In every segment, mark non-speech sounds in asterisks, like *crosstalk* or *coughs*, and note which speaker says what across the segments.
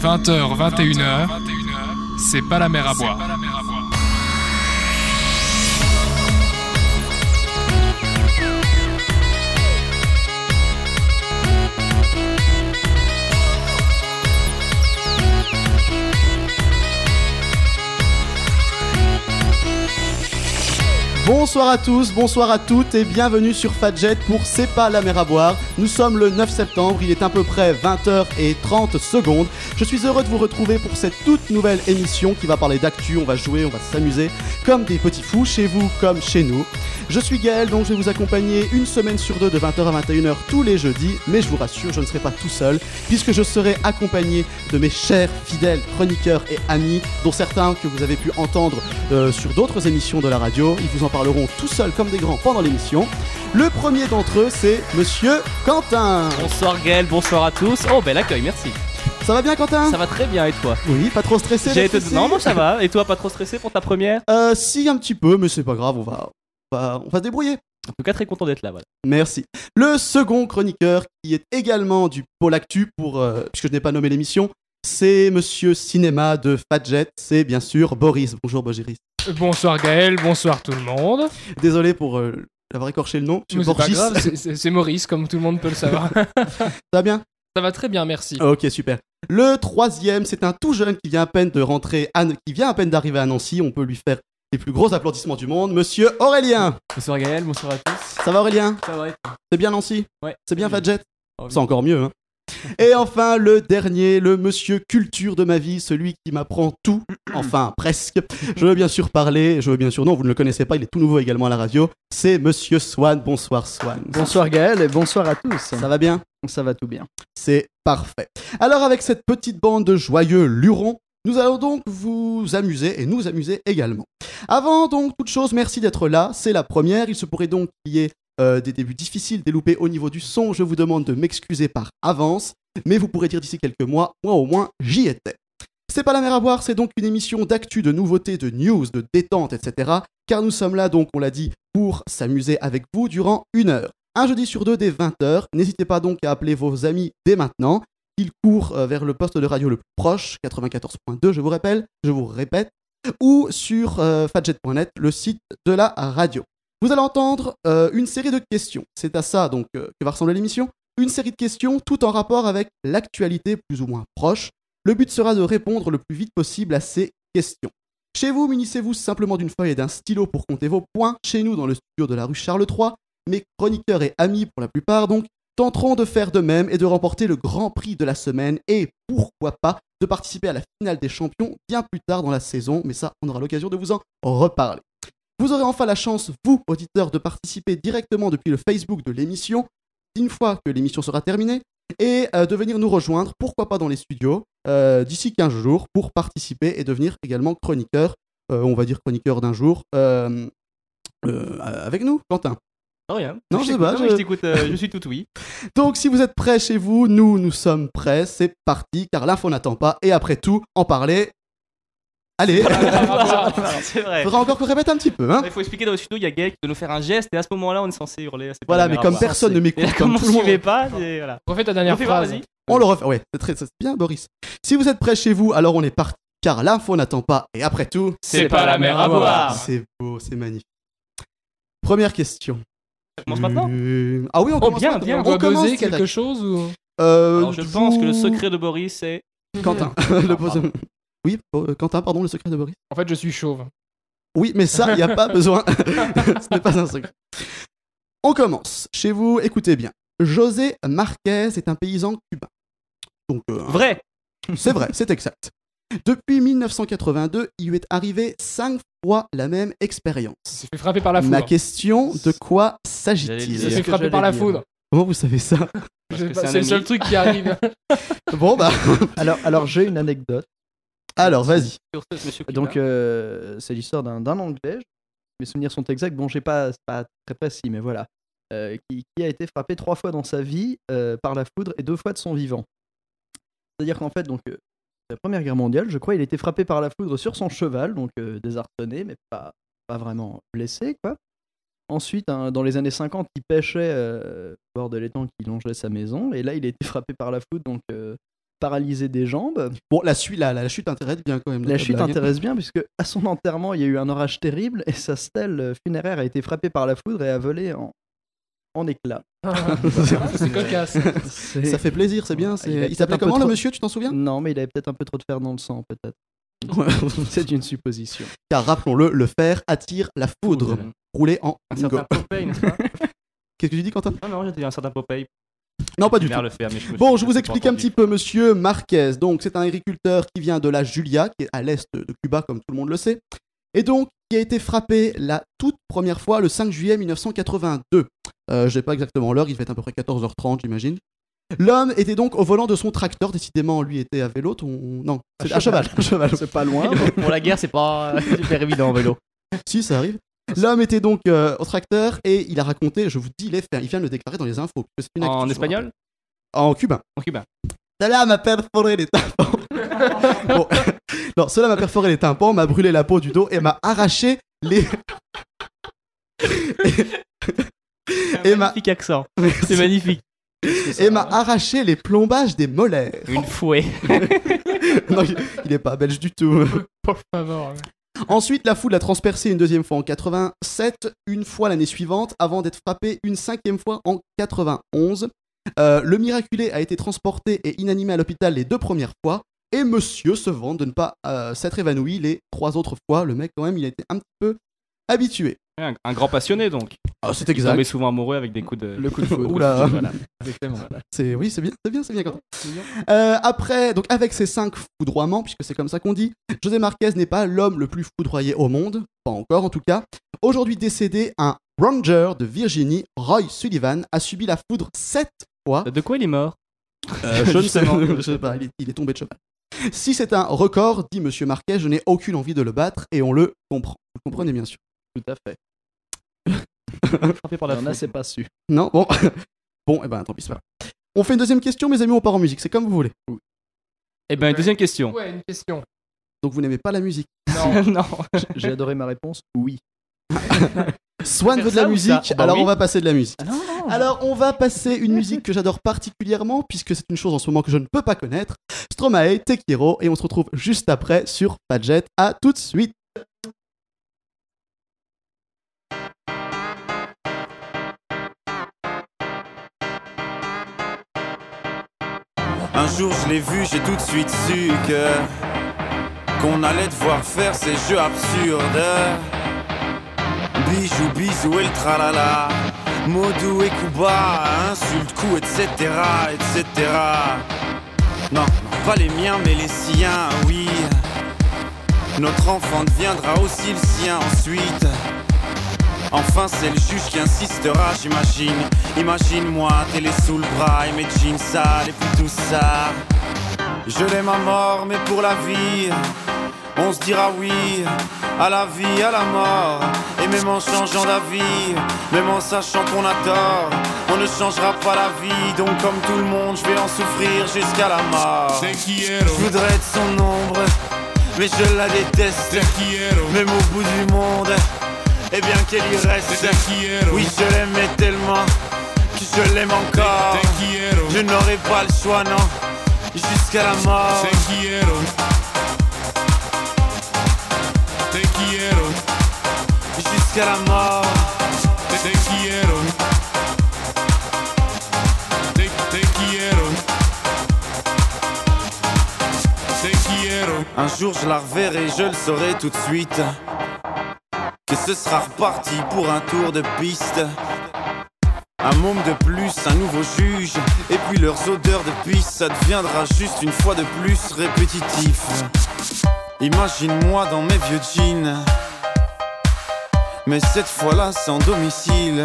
Speaker 1: 20h, 21h, c'est pas la mer Hein à boire.
Speaker 2: Bonsoir à tous, bonsoir à toutes et bienvenue sur Fadjet pour C'est pas la mer à boire. Nous sommes le 9 septembre, il est à peu près 20h30 secondes. Je suis heureux de vous retrouver pour cette toute nouvelle émission qui va parler d'actu, on va jouer, on va s'amuser comme des petits fous chez vous comme chez nous. Je suis Gaël, donc je vais vous accompagner une semaine sur deux de 20h à 21h tous les jeudis, mais je vous rassure, je ne serai pas tout seul puisque je serai accompagné de mes chers fidèles chroniqueurs et amis, dont certains que vous avez pu entendre euh, sur d'autres émissions de la radio. Ils vous en parleront tout seuls comme des grands pendant l'émission. Le premier d'entre eux, c'est Monsieur Quentin.
Speaker 3: Bonsoir Gaël, bonsoir à tous. Oh bel accueil, merci.
Speaker 2: Ça va bien, Quentin
Speaker 3: Ça va très bien et toi
Speaker 2: Oui, pas trop stressé.
Speaker 3: J'ai été...
Speaker 2: stressé
Speaker 3: Non, moi ça va. Et toi, pas trop stressé pour ta première
Speaker 2: Euh, si un petit peu, mais c'est pas grave, on va, on va, on va se débrouiller.
Speaker 3: En tout cas, très content d'être là. Voilà.
Speaker 2: Merci. Le second chroniqueur, qui est également du pôle actu, pour, euh, puisque je n'ai pas nommé l'émission, c'est Monsieur Cinéma de Fadjet, c'est bien sûr Boris. Bonjour Boris.
Speaker 1: Euh, Bonsoir Gaël, bonsoir tout le monde.
Speaker 2: Désolé pour euh, l'avoir écorché le nom.
Speaker 1: Mais
Speaker 2: Monsieur
Speaker 1: C'est pas
Speaker 2: Borgis.
Speaker 1: grave, c'est- c'est c'est Maurice, comme tout le monde peut le savoir.
Speaker 2: Ça va bien
Speaker 1: Ça va très bien, merci.
Speaker 2: Ok, super. Le troisième, c'est un tout jeune qui vient à peine de rentrer, à- qui vient à peine d'arriver à Nancy. On peut lui faire les plus gros applaudissements du monde. Monsieur Aurélien.
Speaker 4: Bonsoir Gaël, bonsoir à tous.
Speaker 2: Ça va Aurélien
Speaker 4: Ça va
Speaker 2: C'est bien Nancy
Speaker 4: Ouais.
Speaker 2: C'est bien
Speaker 4: Oui.
Speaker 2: Fadjet
Speaker 4: Oh, oui.
Speaker 2: C'est encore mieux. hein. Et enfin, le dernier, le monsieur culture de ma vie, celui qui m'apprend
Speaker 4: *clears throat*
Speaker 2: tout, enfin presque. Je veux bien sûr parler, je veux bien sûr, non, vous ne le connaissez pas, il est tout nouveau également à la radio. C'est monsieur Swan. Bonsoir Swan.
Speaker 5: Bonsoir Gaël et bonsoir à tous. Ça
Speaker 2: Ça va bien
Speaker 5: va, tout bien.
Speaker 2: C'est parfait. Alors avec cette petite bande de joyeux lurons, nous allons donc vous amuser et nous amuser également. Avant donc toute chose, merci d'être là. C'est la première. Il se pourrait donc qu'il y ait euh, des débuts difficiles, des loupés au niveau du son. Je vous demande de m'excuser par avance, mais vous pourrez dire d'ici quelques mois, moi au moins j'y étais. C'est pas la mer à boire, c'est donc une émission d'actu, de nouveautés, de news, de détente, etc. Car nous sommes là donc, on l'a dit, pour s'amuser avec vous durant une heure un jeudi sur deux dès 20h. N'hésitez pas donc à appeler vos amis dès maintenant. Ils courent euh, vers le poste de radio le plus proche, 94.2, je vous rappelle, je vous répète, ou sur euh, fadjet.net, le site de la radio. Vous allez entendre euh, une série de questions. C'est à ça donc euh, que va ressembler l'émission. Une série de questions tout en rapport avec l'actualité plus ou moins proche. Le but sera de répondre le plus vite possible à ces questions. Chez vous, munissez-vous simplement d'une feuille et d'un stylo pour compter vos points. Chez nous, dans le studio de la rue Charles III, mes chroniqueurs et amis pour la plupart donc tenteront de faire de même et de remporter le grand prix de la semaine et pourquoi pas de participer à la finale des champions bien plus tard dans la saison, mais ça on aura l'occasion de vous en reparler. Vous aurez enfin la chance, vous auditeurs, de participer directement depuis le Facebook de l'émission, une fois que l'émission sera terminée, et euh, de venir nous rejoindre, pourquoi pas dans les studios, euh, d'ici 15 jours, pour participer et devenir également chroniqueur, euh, on va dire chroniqueur d'un jour, euh, euh, avec nous, Quentin.
Speaker 3: Non, rien.
Speaker 2: Non, je sais pas,
Speaker 3: t'écoute,
Speaker 2: je-
Speaker 3: je t'écoute, euh, je suis
Speaker 2: *laughs*
Speaker 3: tout oui.
Speaker 2: Donc si vous êtes prêts chez vous, nous, nous sommes prêts, c'est parti, car l'info n'attend pas, et après tout, en parler... Allez,
Speaker 3: c'est vrai.
Speaker 2: faudra encore qu'on répète un petit peu, hein
Speaker 3: Il faut expliquer dans le studio, il y a Gaël qui doit nous faire un geste et à ce moment-là, on est censé hurler. c'est pas
Speaker 2: Voilà,
Speaker 3: la
Speaker 2: mais
Speaker 3: merde,
Speaker 2: comme
Speaker 3: voilà.
Speaker 2: personne ne
Speaker 3: Et là,
Speaker 2: m'écoute,
Speaker 3: comme
Speaker 2: comme
Speaker 3: on
Speaker 2: tout le monde,
Speaker 3: suivait pas, c'est- voilà.
Speaker 1: Refais ta dernière
Speaker 3: Fais voir,
Speaker 1: phrase.
Speaker 3: vas-y.
Speaker 2: on le refait. Ouais, c'est très c'est bien, Boris. Si vous êtes prêts chez vous, alors on est parti, car l'info n'attend pas, et après tout, Ah,
Speaker 3: C'est pas la mer à boire.
Speaker 2: c'est beau, c'est magnifique. Première question.
Speaker 3: Ça commence maintenant Oh,
Speaker 2: Euh, Ah oui, on commence
Speaker 3: bien,
Speaker 2: maintenant.
Speaker 3: bien,
Speaker 2: on
Speaker 1: On doit
Speaker 2: commence
Speaker 1: buzzer
Speaker 2: direct.
Speaker 1: quelque chose ou...
Speaker 2: Euh,
Speaker 3: Alors, je
Speaker 2: vous-
Speaker 3: pense que le secret de Boris, c'est.
Speaker 2: Quentin, *laughs* le pose- Oui, euh, Quentin, pardon, le secret de Boris.
Speaker 1: En fait, je suis chauve.
Speaker 2: Oui, mais ça, il n'y a
Speaker 3: *laughs*
Speaker 2: pas besoin. *laughs* Ce n'est pas un secret. On commence. Chez vous, écoutez bien. José Marquez est un paysan cubain. Donc, euh,
Speaker 3: Vrai
Speaker 2: c'est vrai, c'est exact. Depuis 1982, il lui est arrivé cinq fois la même
Speaker 1: Il
Speaker 2: expérience.
Speaker 1: s'est fait frapper par la foudre.
Speaker 2: Ma question, de quoi
Speaker 4: J'allais
Speaker 1: Il s'est
Speaker 4: le
Speaker 2: s'agit-il
Speaker 4: dire.
Speaker 1: fait
Speaker 4: hein. que
Speaker 1: frapper par la
Speaker 4: j'allais dire.
Speaker 1: foudre.
Speaker 2: Comment vous savez ça
Speaker 1: Je
Speaker 4: Parce
Speaker 1: sais
Speaker 4: que
Speaker 1: pas,
Speaker 4: c'est un
Speaker 1: C'est le seul
Speaker 4: ami.
Speaker 1: truc qui
Speaker 4: *laughs*
Speaker 1: arrive.
Speaker 2: Bon, bah,
Speaker 5: Alors, alors j'ai une anecdote.
Speaker 2: alors, vas-y.
Speaker 3: Sur ce, monsieur Cuba.
Speaker 5: Donc euh, c'est l'histoire d'un d'un Anglais. Mes souvenirs sont exacts. Bon, j'ai pas c'est pas très précis, mais voilà. Euh, qui, qui a été frappé trois fois dans sa vie euh, par la foudre et deux fois de son vivant. C'est-à-dire qu'en fait, donc euh, la Première Guerre mondiale, je crois, il a été frappé par la foudre sur son cheval, donc euh, désarçonné, mais pas pas vraiment blessé, quoi. Ensuite, hein, dans les années 50, il pêchait euh, au bord de l'étang qui longeait sa maison, et là, il a été frappé par la foudre, donc euh, paralysé des jambes.
Speaker 2: Bon, la, suite, la, la chute intéresse bien quand même.
Speaker 5: La
Speaker 2: notre
Speaker 5: chute
Speaker 2: blague.
Speaker 5: intéresse bien puisque à son enterrement, il y a eu un orage terrible et sa stèle euh, funéraire a été frappée par la foudre et a volé en, en éclats. *laughs*
Speaker 4: c'est cocasse.
Speaker 5: C'est-
Speaker 2: Ça fait plaisir, c'est bien.
Speaker 5: Ouais,
Speaker 2: c'est-
Speaker 5: il va
Speaker 2: Il s'appelait
Speaker 5: peut-être un peu
Speaker 2: comment le
Speaker 5: trop-
Speaker 2: monsieur, tu t'en souviens
Speaker 5: Non, mais il avait peut-être un peu trop de fer dans le sang, peut-être. *laughs* C'est une supposition.
Speaker 2: Car rappelons-le, le fer attire la foudre. Roulé en
Speaker 3: Ah, Un
Speaker 2: bingo.
Speaker 3: certain Popeye, n'est-ce pas
Speaker 2: Qu'est-ce que tu dis, Quentin
Speaker 3: Non, non, j'ai dit un certain Popeye.
Speaker 2: Non, pas du tout.
Speaker 3: Mère le fait, mais me
Speaker 2: Bon,
Speaker 3: suis-
Speaker 2: je vous
Speaker 3: pas
Speaker 2: explique un
Speaker 3: entendu.
Speaker 2: petit peu, monsieur Marquez. Donc, c'est un agriculteur qui vient de la Julia, qui est à l'est de Cuba, comme tout le monde le sait. Et donc, qui a été frappé la toute première fois le 5 juillet 1982. Euh, je n'ai pas exactement l'heure, il fait à peu près 14h30, j'imagine. L'homme était donc au volant de son tracteur, décidément, lui était à vélo. ton- Non,
Speaker 5: À
Speaker 2: c'est à
Speaker 5: *laughs*
Speaker 2: cheval. à cheval.
Speaker 5: C'est pas loin.
Speaker 4: Pour la guerre, c'est pas super évident en vélo.
Speaker 2: si, ça arrive. L'homme était donc euh, au tracteur et il a raconté, je vous dis les faits, il vient de le déclarer dans les infos. parce que c'est une actu,
Speaker 3: En
Speaker 2: je vous
Speaker 3: espagnol
Speaker 2: rappelle. En cubain.
Speaker 3: En cubain.
Speaker 2: Cela m'a perforé les
Speaker 3: *laughs*
Speaker 2: tympans. Bon. Non, cela m'a perforé les tympans, m'a brûlé la peau du dos et m'a arraché les. Et m'a- *laughs*
Speaker 3: Magnifique accent. C'est magnifique. hein.
Speaker 2: et m'a arraché les plombages des molaires.
Speaker 3: Une fouet.
Speaker 2: Non, il- il est pas belge du tout.
Speaker 4: Pour favor.
Speaker 2: Ensuite, la foudre l'a transpercé une deuxième fois en 87, une fois l'année suivante, avant d'être frappé une cinquième fois en 91. Euh, le miraculé a été transporté et inanimé à l'hôpital les deux premières fois, et monsieur se vante de ne pas euh, s'être évanoui les trois autres fois. Le mec, quand même, il a été un petit peu habitué.
Speaker 3: Un, un grand passionné, donc.
Speaker 2: Ah, c'est
Speaker 3: Il tombait souvent amoureux avec des coups de.
Speaker 5: Le coup de foudre.
Speaker 2: *laughs* Oula.
Speaker 5: *laughs* Voilà.
Speaker 4: Exactement.
Speaker 2: C'est oui, c'est bien, c'est bien, c'est bien. Quentin. Euh, après, donc avec ces cinq foudroiements, puisque c'est comme ça qu'on dit, José Marquez n'est pas l'homme le plus foudroyé au monde, pas encore en tout cas. Aujourd'hui décédé, un Ranger de Virginie, Roy Sullivan, a subi la foudre sept
Speaker 5: Euh,
Speaker 2: fois.
Speaker 3: De quoi il est mort Euh, *laughs*
Speaker 2: je ne sais,
Speaker 3: Justement.
Speaker 2: je sais pas, il est, il est tombé de cheval. Si c'est un record, dit Monsieur Marquez, je n'ai aucune envie de le battre et on le comprend. Vous le comprenez bien sûr.
Speaker 5: Tout à fait.
Speaker 3: Frappé par
Speaker 5: Il
Speaker 3: la
Speaker 5: y en a,
Speaker 3: foudre.
Speaker 5: c'est pas su.
Speaker 2: Non, bon, *laughs* bon, et ben tant pis, c'est pas. grave. On fait une deuxième question, mes amis, on part en musique, c'est comme vous voulez.
Speaker 3: Eh ben, une deuxième question.
Speaker 4: Ouais, une question.
Speaker 2: Donc vous n'aimez pas la musique.
Speaker 4: Non.
Speaker 3: non.
Speaker 5: J'ai adoré ma réponse. Oui.
Speaker 2: Swan
Speaker 3: Faire
Speaker 2: veut de la
Speaker 3: ça ou ça
Speaker 2: musique,
Speaker 3: Bah
Speaker 2: alors
Speaker 3: oui.
Speaker 2: on va passer de la musique.
Speaker 5: Ah non, non.
Speaker 2: Alors, on va passer une musique que j'adore particulièrement, puisque c'est une chose en ce moment que je ne peux pas connaître. Stromae, Tekiro, et on se retrouve juste après sur Padgett. À tout de suite.
Speaker 6: Un jour je l'ai vu, j'ai tout de suite su que qu'on allait devoir faire ces jeux absurdes. Bijou, bisou et le tralala. Modou et Kuba, insulte, coup, etc., etc. Non, non, pas les miens, mais les siens, oui. Notre enfant deviendra aussi le sien ensuite. Enfin, c'est le juge qui insistera, j'imagine. Imagine-moi, télé sous le bras et mes jeans sales et puis tout ça. Je l'aime à mort, mais pour la vie, on se dira oui à la vie, à la mort. Et même en changeant d'avis, même en sachant qu'on a tort, on ne changera pas la vie. Donc, comme tout le monde, je vais en souffrir jusqu'à la mort.
Speaker 1: Te quiero,
Speaker 6: Je voudrais être son ombre, mais je la déteste.
Speaker 1: te quiero,
Speaker 6: Même au bout du monde, et Eh bien qu'elle y reste.
Speaker 1: te quiero,
Speaker 6: Oui, je l'aimais tellement que je l'aime encore.
Speaker 1: te quiero,
Speaker 6: Je n'aurai pas le choix, non, jusqu'à la mort.
Speaker 1: te quiero. Te quiero,
Speaker 6: Jusqu'à la mort,
Speaker 1: te, te quiero. Te, te quiero. Te quiero.
Speaker 6: un jour je la reverrai, je le saurai tout de suite. Que ce sera reparti pour un tour de piste. Un môme de plus, un nouveau juge. Et puis leurs odeurs de piste, ça deviendra juste une fois de plus répétitif. Imagine-moi dans mes vieux jeans. Mais cette fois-là sans domicile.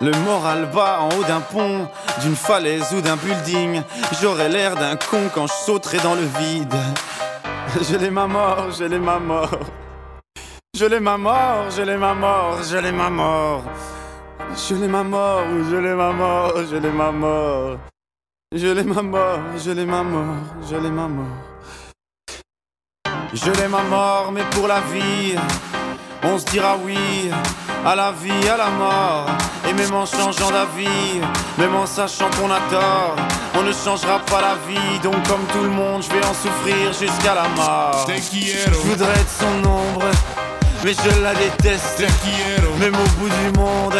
Speaker 6: Le moral bas en haut d'un pont, d'une falaise ou d'un building. J'aurais l'air d'un con quand je sauterai dans le vide. Je l'ai ma mort, je l'ai ma mort. Je l'ai ma mort, je l'ai ma mort, je l'ai ma mort. Je l'ai ma mort, je l'ai ma mort, je l'ai ma mort. Je l'ai ma mort, je l'ai ma mort, je l'ai ma mort. Je l'ai ma mort, mais pour la vie, on se dira oui à la vie, à la mort. Et même en changeant d'avis, même en sachant qu'on a tort, on ne changera pas la vie. Donc, comme tout le monde, je vais en souffrir jusqu'à la mort.
Speaker 1: Te quiero,
Speaker 6: Je voudrais être son ombre, mais je la déteste.
Speaker 1: te quiero,
Speaker 6: Même au bout du monde,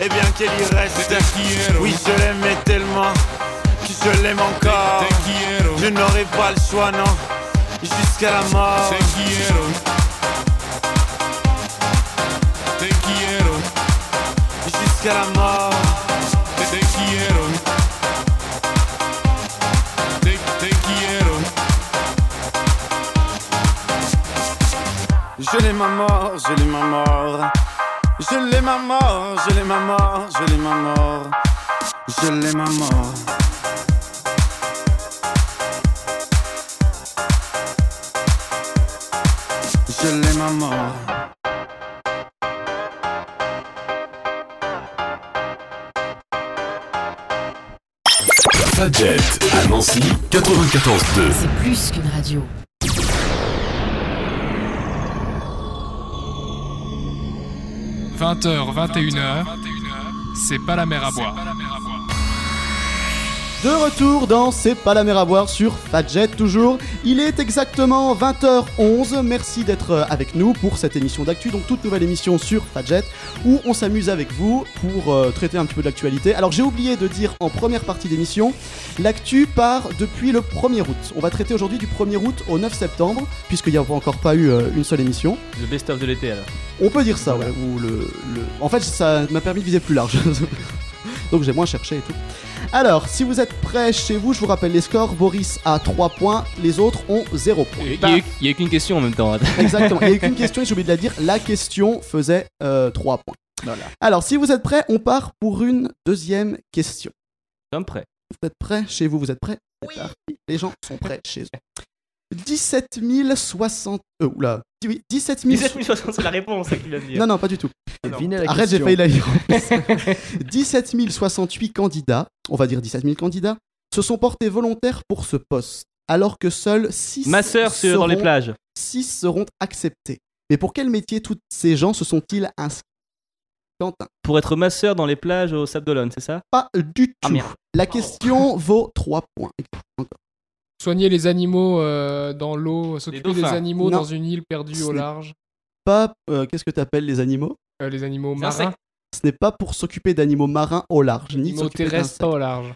Speaker 6: et bien qu'elle y
Speaker 1: te
Speaker 6: reste.
Speaker 1: quiero,
Speaker 6: Oui, je l'aimais tellement que je l'aime encore.
Speaker 1: te quiero,
Speaker 6: Je n'aurai pas le choix, non, jusqu'à la mort.
Speaker 1: te quiero. Te quiero,
Speaker 6: Jusqu'à la mort,
Speaker 1: te, te quiero. Te, te quiero,
Speaker 6: je l'aime à mort, je l'aime à mort. Je l'aime à mort, je l'aime à mort, je l'aime à mort. Je l'aime à mort. Je l'aime à mort.
Speaker 7: Fadjet à Nancy 94.2.
Speaker 8: C'est plus qu'une radio.
Speaker 1: te quiero. 20h, 21h, c'est pas la mer à boire.
Speaker 2: De retour dans C'est pas la mer à boire sur Fadjet toujours. Il est exactement 20h11. Merci d'être euh, avec nous pour cette émission d'actu, donc toute nouvelle émission sur Fadjet où on s'amuse avec vous pour euh, traiter un petit peu de l'actualité. Alors j'ai oublié de dire en première partie d'émission, l'actu part depuis le 1er août. On va traiter aujourd'hui du 1er août au 9 septembre puisqu'il n'y a encore pas eu euh, une seule émission.
Speaker 3: The best of de l'été alors.
Speaker 2: On peut dire ça, ouais. Ou le, le- En fait, ça m'a permis de viser plus large. *laughs* Donc j'ai moins cherché et tout. Alors, si vous êtes prêts chez vous, je vous rappelle les scores. Boris a 3 points, les autres ont 0 points.
Speaker 3: Il y a eu- il y a eu qu'une question en même temps.
Speaker 2: *laughs* Exactement. Il n'y a eu qu'une question, et j'ai oublié de la dire. La question faisait 3 points. Alors, si vous êtes prêts, on part pour une deuxième question.
Speaker 3: Comme prêt.
Speaker 2: Vous êtes prêts chez vous Vous êtes prêts C'est parti. Les gens sont prêts chez eux. 17 060... Euh, oula. Oui, 17 000...
Speaker 3: 17 060, c'est la réponse hein, qu'il vient de dire.
Speaker 2: Non, non, pas du tout.
Speaker 5: Devinez la
Speaker 2: Arrête, j'ai
Speaker 5: question.
Speaker 2: failli la
Speaker 3: *laughs*
Speaker 2: lire. 17 068 candidats, on va dire 17 000 candidats, se sont portés volontaires pour ce poste, alors que seuls 6
Speaker 3: Ma sœur sur, dans les plages.
Speaker 2: seront acceptés. Mais pour quel métier tous ces gens se sont-ils inscrits Quentin,
Speaker 3: Pour être masseur dans les plages au Sable d'Olonne, c'est ça
Speaker 2: pas du tout.
Speaker 3: Ah merde.
Speaker 2: La question vaut 3 points.
Speaker 4: Soigner les animaux euh, dans l'eau, s'occuper des
Speaker 3: dauphins.
Speaker 4: animaux
Speaker 2: Non.
Speaker 4: dans une île perdue
Speaker 2: Ce
Speaker 4: au
Speaker 2: n'est-
Speaker 4: large,
Speaker 2: Pas, euh, qu'est-ce que tu appelles les animaux
Speaker 4: euh, les animaux
Speaker 3: C'est un
Speaker 4: marins,
Speaker 2: Ce n'est pas pour s'occuper d'animaux marins au large,
Speaker 4: les
Speaker 2: ni
Speaker 4: animaux
Speaker 2: s'occuper
Speaker 4: terrestres
Speaker 2: d'insectes.
Speaker 4: pas au large.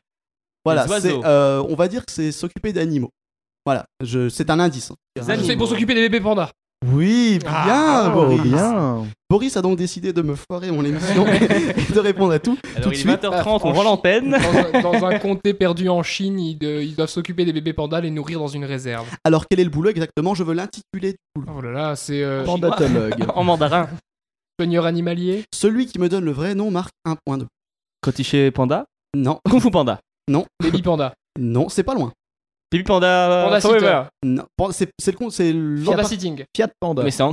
Speaker 2: Voilà,
Speaker 3: Les oiseaux.
Speaker 2: c'est, euh, on va dire que c'est s'occuper d'animaux. Voilà, je, c'est un indice. hein.
Speaker 3: Les
Speaker 4: C'est
Speaker 3: animaux.
Speaker 4: pour s'occuper des bébés *laughs* pandas.
Speaker 2: Oui, bien,
Speaker 4: Ah,
Speaker 5: Oh,
Speaker 2: Boris.
Speaker 5: bien.
Speaker 2: Boris a donc décidé de me foirer mon *laughs* émission et de répondre à tout.
Speaker 3: Alors
Speaker 2: de
Speaker 3: il est
Speaker 2: suite,
Speaker 3: 20h30, on
Speaker 4: franchement.
Speaker 3: rend l'antenne.
Speaker 4: Dans un, dans un comté perdu en Chine, ils, de- ils doivent s'occuper des bébés pandas, les nourrir dans une réserve.
Speaker 2: Alors quel est le boulot exactement Je veux l'intituler.
Speaker 4: Oh là là, c'est euh,
Speaker 5: Pandatologue.
Speaker 3: En mandarin.
Speaker 4: soigneur animalier.
Speaker 2: Celui qui me donne le vrai nom marque un point de.
Speaker 3: Quand il chez Panda
Speaker 2: Non,
Speaker 3: Kung Fu Panda.
Speaker 4: Baby panda.
Speaker 2: non, c'est pas loin.
Speaker 3: Pipi Panda.
Speaker 4: Panda
Speaker 3: forever.
Speaker 4: sitter.
Speaker 2: Non, pan- c'est c'est le con, c'est
Speaker 4: Panda
Speaker 2: l'autre-
Speaker 4: sitting.
Speaker 5: Fiat Panda.
Speaker 3: Mais c'est *laughs* en...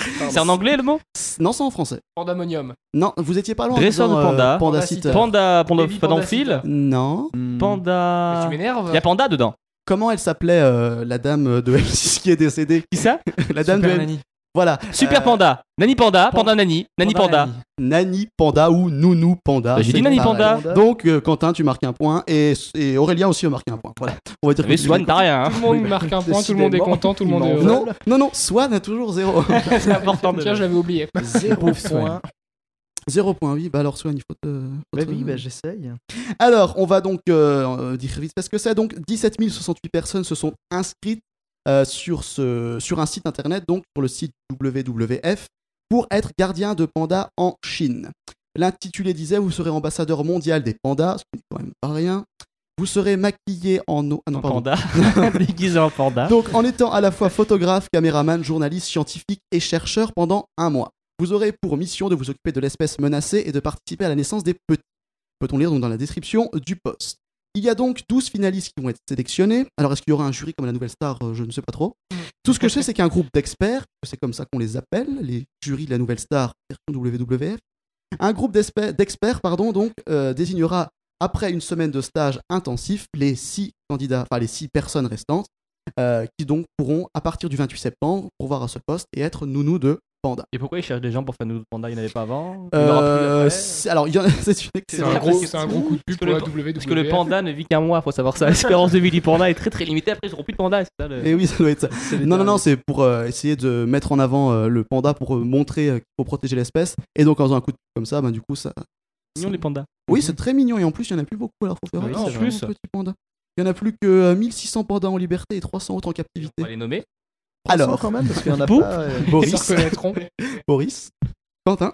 Speaker 3: c'est en anglais le mot
Speaker 2: Non, c'est en français.
Speaker 4: Pandamonium.
Speaker 2: Non, vous étiez pas loin. en
Speaker 3: Dresseur
Speaker 2: disant,
Speaker 3: de panda.
Speaker 2: euh, panda
Speaker 4: Panda
Speaker 2: sitter.
Speaker 3: Panda, panda,
Speaker 4: Baby
Speaker 3: panda en
Speaker 4: panda
Speaker 3: fil.
Speaker 2: Non.
Speaker 5: Hmm.
Speaker 4: Mais
Speaker 3: Panda.
Speaker 4: tu m'énerves.
Speaker 3: Ah. Il y a Panda dedans.
Speaker 2: Comment elle s'appelait euh, la dame de M6 qui est *laughs* décédée
Speaker 3: Qui ça
Speaker 2: La dame de M6. Voilà. Euh,
Speaker 3: Super Panda. Nani Panda. Panda Nani. Nani Panda.
Speaker 2: Nani Panda ou Nounou Panda.
Speaker 3: Bah, J'ai
Speaker 2: c'est
Speaker 3: dit Nani
Speaker 2: pareil.
Speaker 3: Panda.
Speaker 5: Panda.
Speaker 2: Donc euh, Quentin, tu marques un point et, et Aurélien aussi a marqué un point. Voilà. On va dire
Speaker 3: Mais
Speaker 2: que-
Speaker 3: Swan, t'as rien. hein.
Speaker 5: *laughs*
Speaker 4: Tout le monde marque un point, tout le monde est
Speaker 5: Décidément,
Speaker 4: content, tout le
Speaker 5: il
Speaker 4: monde
Speaker 5: m'en
Speaker 4: est
Speaker 5: veut.
Speaker 4: heureux.
Speaker 2: Non, non, non, Swan a toujours
Speaker 5: *laughs*
Speaker 2: zéro.
Speaker 3: C'est important de.
Speaker 4: Tiens, je l'avais oublié.
Speaker 5: Zéro point.
Speaker 2: Zéro point, oui. Bah alors, Swan, il faut te. faut
Speaker 5: Bah
Speaker 2: te-
Speaker 5: oui, bah j'essaye.
Speaker 2: Alors, on va donc euh, euh, dire vite ce que c'est. Donc, 17 068 personnes se sont inscrites euh, sur, ce, sur un site internet, donc sur le site WWF, pour être gardien de panda en Chine. L'intitulé disait Vous serez ambassadeur mondial des pandas, ce qui n'est quand même pas rien. Vous serez maquillé en eau. Ah non,
Speaker 3: En
Speaker 2: pardon.
Speaker 3: Panda. *laughs* Déguisé en Panda.
Speaker 2: Donc, en étant à la fois photographe, caméraman, journaliste, scientifique et chercheur pendant un mois, vous aurez pour mission de vous occuper de l'espèce menacée et de participer à la naissance des petits. Peut-on lire donc dans la description du poste. Il y a donc 12 finalistes qui vont être sélectionnés. Alors, est-ce qu'il y aura un jury comme à la Nouvelle Star Euh, Je ne sais pas trop. Tout ce que je sais, c'est qu'un groupe d'experts, c'est comme ça qu'on les appelle, les jurys de la Nouvelle Star, version WWF, un groupe d'espè- d'experts, pardon, donc, euh, désignera après une semaine de stage intensif les six candidats, enfin les six personnes restantes euh, qui donc pourront, à partir du 28 septembre, pourvoir à ce poste et être nounou de panda.
Speaker 5: Et pourquoi ils cherchent des gens pour faire Noodle Panda Il n'y en avait pas avant Il y en aura plus
Speaker 2: Euh,
Speaker 5: après
Speaker 2: c'est- alors, il y en a- *laughs* c'est une
Speaker 4: C'est
Speaker 2: excellente
Speaker 4: un,
Speaker 3: vrai,
Speaker 4: gros,
Speaker 3: parce-
Speaker 4: c'est un gros coup de pub
Speaker 3: parce que
Speaker 4: pour la
Speaker 3: le-
Speaker 4: WWE.
Speaker 3: Parce que le panda ne vit qu'un mois, faut savoir ça. *laughs* L'espérance de vie du panda est très très limitée. Après, ils auront plus de panda. et c'est ça, le-
Speaker 2: Et Eh oui, ça doit être ça.
Speaker 5: C'est les
Speaker 2: Non, non, non,
Speaker 5: derniers.
Speaker 2: c'est pour euh, essayer de mettre en avant euh, le panda pour euh, montrer euh, qu'il faut protéger l'espèce. Et donc, en faisant un coup de comme ça, ben, du coup, ça.
Speaker 3: Mignon les pandas.
Speaker 2: Oui, c'est très mignon. Et en plus, il n'y en a plus beaucoup. Alors, faut faire
Speaker 5: Ah Oui,
Speaker 2: attention
Speaker 5: c'est
Speaker 2: aux
Speaker 3: vrai.
Speaker 2: petits pandas. Il n'y en a plus que euh, 1600 pandas en liberté et 300 autres en
Speaker 3: On va
Speaker 2: captivité.
Speaker 3: les nommer.
Speaker 2: Alors,
Speaker 5: quand même, parce qu'il y en a
Speaker 3: Pou-
Speaker 5: pas. euh,
Speaker 4: Ils se
Speaker 2: Boris,
Speaker 4: reconnaîtront.
Speaker 2: Boris, Quentin.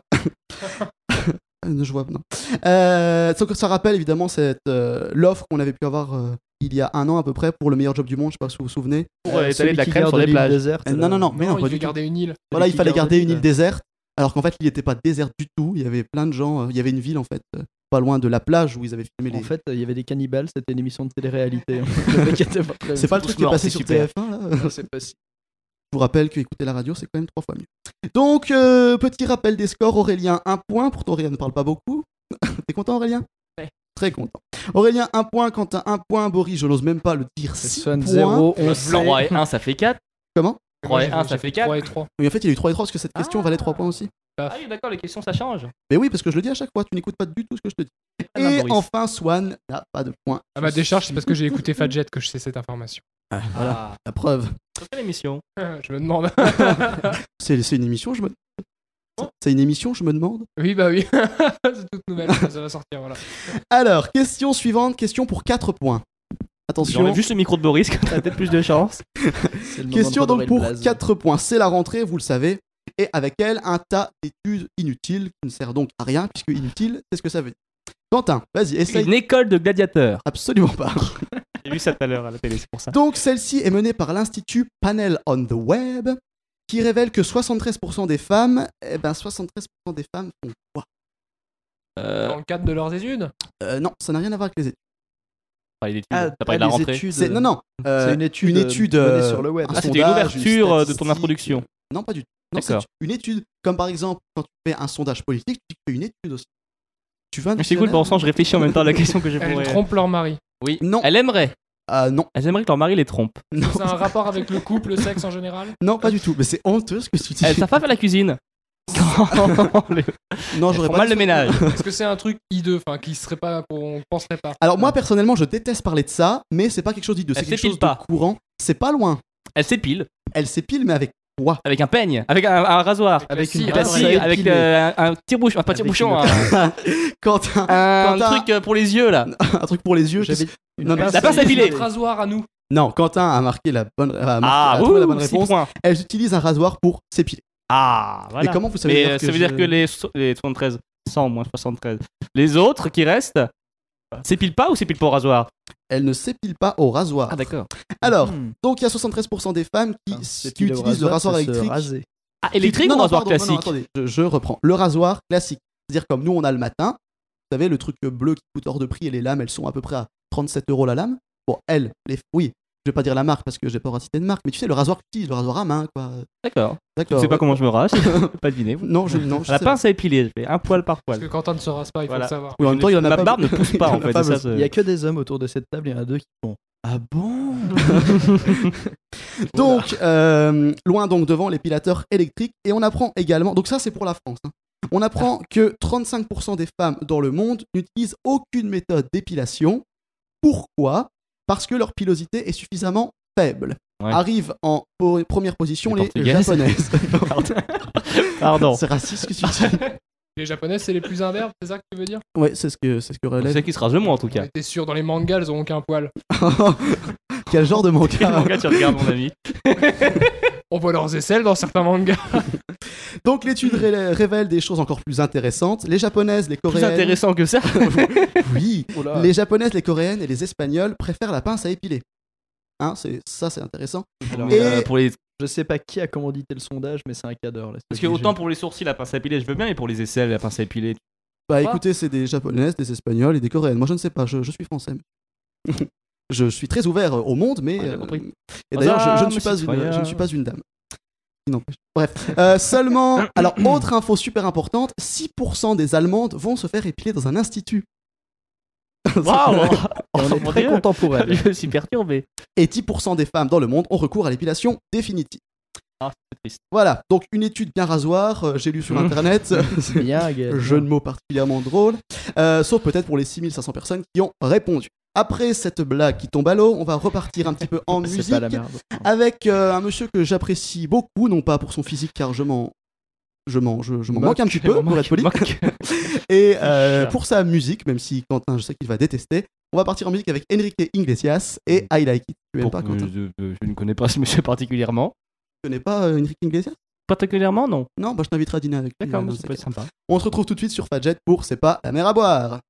Speaker 2: Euh, Je vois, non. Euh, donc, ça rappelle évidemment cette, euh, l'offre qu'on avait pu avoir euh, il y a un an à peu près pour le meilleur job du monde. Je sais pas si vous vous souvenez.
Speaker 5: pour euh,
Speaker 8: étaler de la
Speaker 5: celui qui
Speaker 8: crème sur
Speaker 5: garde
Speaker 8: les
Speaker 5: l'île
Speaker 8: plages.
Speaker 5: déserte,
Speaker 2: Euh, non,
Speaker 5: là.
Speaker 2: non, non, mais non,
Speaker 4: Non,
Speaker 2: pas
Speaker 4: il
Speaker 2: du
Speaker 4: veut
Speaker 2: tout.
Speaker 4: garder une île.
Speaker 2: Voilà, il
Speaker 5: qui
Speaker 2: fallait
Speaker 5: gardait
Speaker 2: garder une
Speaker 5: l'île.
Speaker 2: île déserte, alors qu'en fait, il n'était pas désert du tout. Il y avait plein de gens, euh, il y avait une ville en fait, euh, pas loin de la plage où ils avaient filmé
Speaker 5: En
Speaker 2: les.
Speaker 5: fait, il y avait des cannibales, c'était une émission de télé-réalité. Le mec était pas très-
Speaker 2: C'est pas le truc qui est
Speaker 3: mort,
Speaker 2: passé
Speaker 3: c'est
Speaker 2: sur
Speaker 3: super.
Speaker 2: TF1
Speaker 5: *laughs*
Speaker 2: là
Speaker 5: Ouais, c'est possible.
Speaker 2: Je vous rappelle que écouter la radio, c'est quand même trois fois mieux. Donc, euh, petit rappel des scores Aurélien, un point. Pourtant, Aurélien ne parle pas beaucoup. *laughs* T'es content, Aurélien
Speaker 3: Ouais.
Speaker 2: Très content. Aurélien, un point. Quentin, un point. Boris, je n'ose même pas le dire. six
Speaker 5: Swan
Speaker 2: points.
Speaker 5: 0, 11.
Speaker 3: Blanc roi et 1, ça fait 4.
Speaker 2: Comment
Speaker 4: Mais
Speaker 3: Trois
Speaker 4: moi,
Speaker 3: et
Speaker 4: j'ai-
Speaker 3: un,
Speaker 4: j'ai
Speaker 3: ça fait
Speaker 4: fait
Speaker 3: quatre.
Speaker 4: 3 et 3.
Speaker 2: Mais en fait, il y a eu 3 et 3 parce que cette question
Speaker 3: Ah.
Speaker 2: valait 3 points aussi.
Speaker 3: Ah oui, d'accord, les questions ça change.
Speaker 2: Mais oui, parce que je le dis à chaque fois, tu n'écoutes pas du tout ce que je te dis.
Speaker 3: Ah,
Speaker 2: Et
Speaker 3: Boris.
Speaker 2: enfin, Swan n'a pas de points.
Speaker 4: À ma décharge, bah, c'est parce que j'ai écouté Fadjet que je sais cette information.
Speaker 3: Voilà.
Speaker 2: La preuve.
Speaker 3: C'est quelle émission
Speaker 4: Je me demande.
Speaker 2: C'est c'est une émission, je me. C'est une émission, je me demande.
Speaker 4: *laughs* Oui, bah oui. *laughs* c'est toute nouvelle. Ça va sortir, voilà.
Speaker 2: Alors, question suivante, question pour 4 points. Attention.
Speaker 3: J'enlève juste le micro de Boris, comme t'as peut-être plus de chance.
Speaker 5: C'est le moment
Speaker 2: Question
Speaker 5: de
Speaker 2: donc
Speaker 5: redorer
Speaker 2: pour
Speaker 5: le blaze.
Speaker 2: 4 points. C'est la rentrée, vous le savez. Et avec elle, un tas d'études inutiles qui ne sert donc à rien, puisque inutile, c'est ce que ça veut dire. Quentin, vas-y, essaye.
Speaker 3: *laughs* Une école de gladiateurs.
Speaker 2: Absolument
Speaker 3: *laughs*
Speaker 2: pas.
Speaker 3: J'ai vu ça tout à l'heure à la télé, c'est pour ça.
Speaker 2: Donc, celle-ci est menée par l'Institut Panel on the Web, qui révèle que 73% des femmes, eh ben 73% des femmes font quoi
Speaker 3: Euh,
Speaker 4: Dans le cadre de leurs études
Speaker 2: Euh, Non, ça n'a rien à voir avec les études.
Speaker 3: parlé d'études.
Speaker 5: Ah,
Speaker 3: T'as parlé de la
Speaker 5: les
Speaker 3: rentrée.
Speaker 5: études.
Speaker 2: C'est- Non, non. euh,
Speaker 5: C'est une étude,
Speaker 2: Une étude
Speaker 5: euh, menée
Speaker 2: euh,
Speaker 5: sur le web.
Speaker 2: un
Speaker 3: Ah, c'était une
Speaker 2: sondage,
Speaker 3: ouverture euh, de ton
Speaker 2: statistique.
Speaker 3: introduction.
Speaker 2: Non, pas du tout. Non, c'est
Speaker 3: D'accord.
Speaker 2: une étude. Comme par exemple, quand tu fais un sondage politique, tu fais une étude aussi. Tu fais un
Speaker 3: Mais c'est cool,
Speaker 2: dictionnaire.
Speaker 3: pour l'instant, je réfléchis en même temps à la question
Speaker 4: *laughs*
Speaker 3: que j'ai
Speaker 4: Elles
Speaker 3: pour
Speaker 4: trompent leur mari.
Speaker 3: Oui.
Speaker 2: Non.
Speaker 3: Elle aimerait.
Speaker 2: Ah non,
Speaker 3: Elles aimeraient que leur mari les trompe.
Speaker 2: non,
Speaker 4: C'est un rapport avec le couple, le sexe en général
Speaker 2: non, pas du tout. Mais c'est honteux ce que tu dis.
Speaker 3: Elles savent pas faire la cuisine. *laughs* Les-
Speaker 2: non,
Speaker 3: Elles
Speaker 2: j'aurais
Speaker 3: font
Speaker 2: pas
Speaker 3: mal
Speaker 2: dit ça.
Speaker 3: le ménage.
Speaker 4: Est-ce que c'est un truc hideux, enfin, qui serait pas, qu'on penserait pas
Speaker 2: Alors moi personnellement, je déteste parler de ça, mais c'est pas quelque chose d'hideux.
Speaker 3: Elle
Speaker 2: C'est quelque
Speaker 3: s'épile
Speaker 2: chose
Speaker 3: pas.
Speaker 2: de courant. C'est pas loin.
Speaker 3: Elles s'épilent
Speaker 2: Elle s'épile, mais avec *laughs* quoi
Speaker 3: avec un peigne, avec un, un rasoir,
Speaker 4: Avec
Speaker 5: une
Speaker 3: la
Speaker 5: Ah,
Speaker 4: brasse.
Speaker 5: brassière.
Speaker 3: scie,
Speaker 5: ouais.
Speaker 3: avec euh, un, un tire-bouchon, enfin, pas
Speaker 5: Avec
Speaker 3: tire-bouchon,
Speaker 5: une-
Speaker 3: un,
Speaker 2: Quentin,
Speaker 3: un
Speaker 2: Quentin.
Speaker 3: truc euh, pour les yeux là.
Speaker 2: un truc pour les yeux.
Speaker 5: J'avais
Speaker 2: Non, non,
Speaker 3: La pince à filer.
Speaker 4: Notre rasoir à nous.
Speaker 2: non, Quentin a marqué la bonne, a marqué-
Speaker 3: Ah,
Speaker 2: a trouvé la
Speaker 3: ouh,
Speaker 2: bonne
Speaker 3: six
Speaker 2: réponse.
Speaker 3: points.
Speaker 2: Elles utilisent un rasoir pour s'épiler.
Speaker 3: Ah, voilà.
Speaker 2: Et comment vous savez
Speaker 3: Mais
Speaker 2: d'ailleurs
Speaker 3: euh, ça veut dire
Speaker 2: je-
Speaker 3: que les, so- les 73, 100 moins 73, les autres qui restent, s'épilent pas ou s'épilent pas au rasoir
Speaker 2: Elles ne s'épilent pas au rasoir.
Speaker 3: Ah, d'accord.
Speaker 2: Alors,
Speaker 5: Hmm.
Speaker 2: donc il y a 73% des femmes qui,
Speaker 5: Enfin,
Speaker 2: s-
Speaker 5: c'est
Speaker 2: qui
Speaker 5: pile
Speaker 2: utilisent le Ah, rasoir
Speaker 5: c'est se
Speaker 2: électrique.
Speaker 5: raser.
Speaker 3: Ah, électrique
Speaker 2: Non,
Speaker 3: ou
Speaker 2: non,
Speaker 3: rasoir
Speaker 2: pardon, non, non,
Speaker 3: classique
Speaker 2: attendez, je, je reprends. Le rasoir classique. C'est-à-dire, comme nous, on a le matin, vous savez, le truc bleu qui coûte hors de prix et les lames, elles sont à peu près à 37 euros la lame. Bon, elles, les. Oui, je vais pas dire la marque parce que j'ai pas envie de citer de marque, mais tu sais, le rasoir que tu utilises, le rasoir à main, quoi.
Speaker 3: D'accord. Je
Speaker 2: D'accord.
Speaker 3: sais pas comment je me rase, je peux pas deviner.
Speaker 2: Non, je. Non, je
Speaker 3: La
Speaker 2: sais pas.
Speaker 3: pince à épiler, je fais un poil par
Speaker 4: Parce
Speaker 3: poil.
Speaker 4: que Quentin ne se rase pas, il faut
Speaker 3: Voilà.
Speaker 4: le savoir.
Speaker 2: Oui, en même temps, il y en a
Speaker 3: Ma
Speaker 2: pas.
Speaker 3: barbe ne pousse pas
Speaker 5: *laughs*
Speaker 2: Il y
Speaker 3: en
Speaker 2: en a
Speaker 3: fait.
Speaker 2: pas
Speaker 3: c'est ça,
Speaker 5: Il
Speaker 3: ce-
Speaker 5: y a que des hommes autour de cette table, il y en a deux qui font Ah bon
Speaker 2: Donc, euh, loin donc devant l'épilateur électrique. Et on apprend également, donc ça c'est pour la France, hein. on apprend que 35% des femmes dans le monde n'utilisent aucune méthode d'épilation. Pourquoi Parce que leur pilosité est suffisamment faible.
Speaker 3: Ouais.
Speaker 2: Arrivent en po- première position
Speaker 3: Les
Speaker 2: les,
Speaker 3: Portugaises.
Speaker 2: japonaises.
Speaker 3: *laughs* Pardon.
Speaker 2: c'est raciste ce que tu
Speaker 3: *laughs*
Speaker 2: dis.
Speaker 4: Les japonaises, c'est les plus imberbes, c'est ça que tu veux dire
Speaker 2: Ouais, c'est ce que, c'est ce que
Speaker 3: C'est
Speaker 2: relève.
Speaker 3: celle qui se rase le moins en
Speaker 4: *laughs*
Speaker 3: tout
Speaker 4: On
Speaker 3: cas.
Speaker 4: était sûr, dans les mangas, elles ont aucun poil.
Speaker 2: *laughs* Quel genre de
Speaker 3: Quel
Speaker 2: manga
Speaker 3: manga tu regardes, mon ami
Speaker 4: On voit leurs aisselles dans certains mangas.
Speaker 2: Donc l'étude ré- révèle des choses encore plus intéressantes. Les japonaises, les
Speaker 3: Plus
Speaker 2: coréennes.
Speaker 3: intéressant que ça.
Speaker 2: Oui.
Speaker 5: Oh
Speaker 3: Ah.
Speaker 5: là.
Speaker 2: Les japonaises, les coréennes et les espagnoles préfèrent la pince à épiler. Hein, c'est ça, c'est intéressant.
Speaker 5: Alors,
Speaker 2: Et-
Speaker 3: Euh, pour les...
Speaker 5: Je sais pas qui a commandité le sondage, mais c'est un cadre.
Speaker 3: Parce que autant pour les sourcils, la pince à épiler, je veux bien, mais pour les aisselles, la pince à épiler.
Speaker 2: Bah
Speaker 3: Quoi
Speaker 2: écoutez, c'est des japonaises, des espagnoles et des coréennes. Moi, je ne sais pas. Je, je suis français.
Speaker 3: *laughs*
Speaker 2: je suis très ouvert au monde, mais
Speaker 3: Ouais, Ah, j'ai
Speaker 2: euh,
Speaker 3: compris.
Speaker 2: et d'ailleurs, je, je ne suis
Speaker 3: Madame,
Speaker 2: pas une,
Speaker 3: citoyen.
Speaker 2: je ne suis pas une dame. Non. Bref. Euh, seulement,
Speaker 3: *coughs*
Speaker 2: alors autre info super importante 6% des Allemandes vont se faire épiler dans un institut.
Speaker 3: Waouh Oh, *laughs*
Speaker 5: on est très contemporain.
Speaker 3: Je suis perturbé.
Speaker 2: et 10% des femmes dans le monde ont recours à l'épilation définitive.
Speaker 3: Ah, c'est triste.
Speaker 2: Voilà, donc une étude bien rasoir, euh, j'ai lu
Speaker 3: *laughs*
Speaker 2: sur
Speaker 3: Mhm.
Speaker 2: internet, c'est
Speaker 5: Bien, Gaëtan.
Speaker 2: un jeu de mots particulièrement drôle, Euh, sauf peut-être pour les 6500 personnes qui ont répondu. Après cette blague qui tombe à l'eau, on va repartir un petit peu
Speaker 3: *laughs*
Speaker 2: en
Speaker 5: C'est
Speaker 2: musique
Speaker 5: pas la merde.
Speaker 3: hein.
Speaker 2: avec euh, un monsieur que j'apprécie beaucoup, non pas pour son physique car je m'en je m'en je, je m'en
Speaker 3: Moque,
Speaker 2: manque un
Speaker 3: *laughs*
Speaker 2: petit peu
Speaker 3: moque,
Speaker 2: pour être poli,
Speaker 3: moque.
Speaker 2: et euh,
Speaker 3: *laughs* Cher.
Speaker 2: pour sa musique, même si Quentin je sais qu'il va détester, on va partir en musique avec Enrique Iglesias et I Like It. Tu aimes
Speaker 3: Mm. Pour-
Speaker 2: pas
Speaker 3: je,
Speaker 2: Quentin Tu
Speaker 3: je- je ne connais pas ce monsieur *laughs* particulièrement.
Speaker 2: connais pas euh, Enrique Iglesias
Speaker 3: Particulièrement, non.
Speaker 2: Non, bah je t'inviterai à dîner avec lui.
Speaker 3: D'accord,
Speaker 2: euh,
Speaker 3: mais
Speaker 2: dans
Speaker 3: ça
Speaker 2: ces
Speaker 3: peut être sympa.
Speaker 2: On se retrouve tout de suite sur Fadjet pour C'est pas la mer à boire.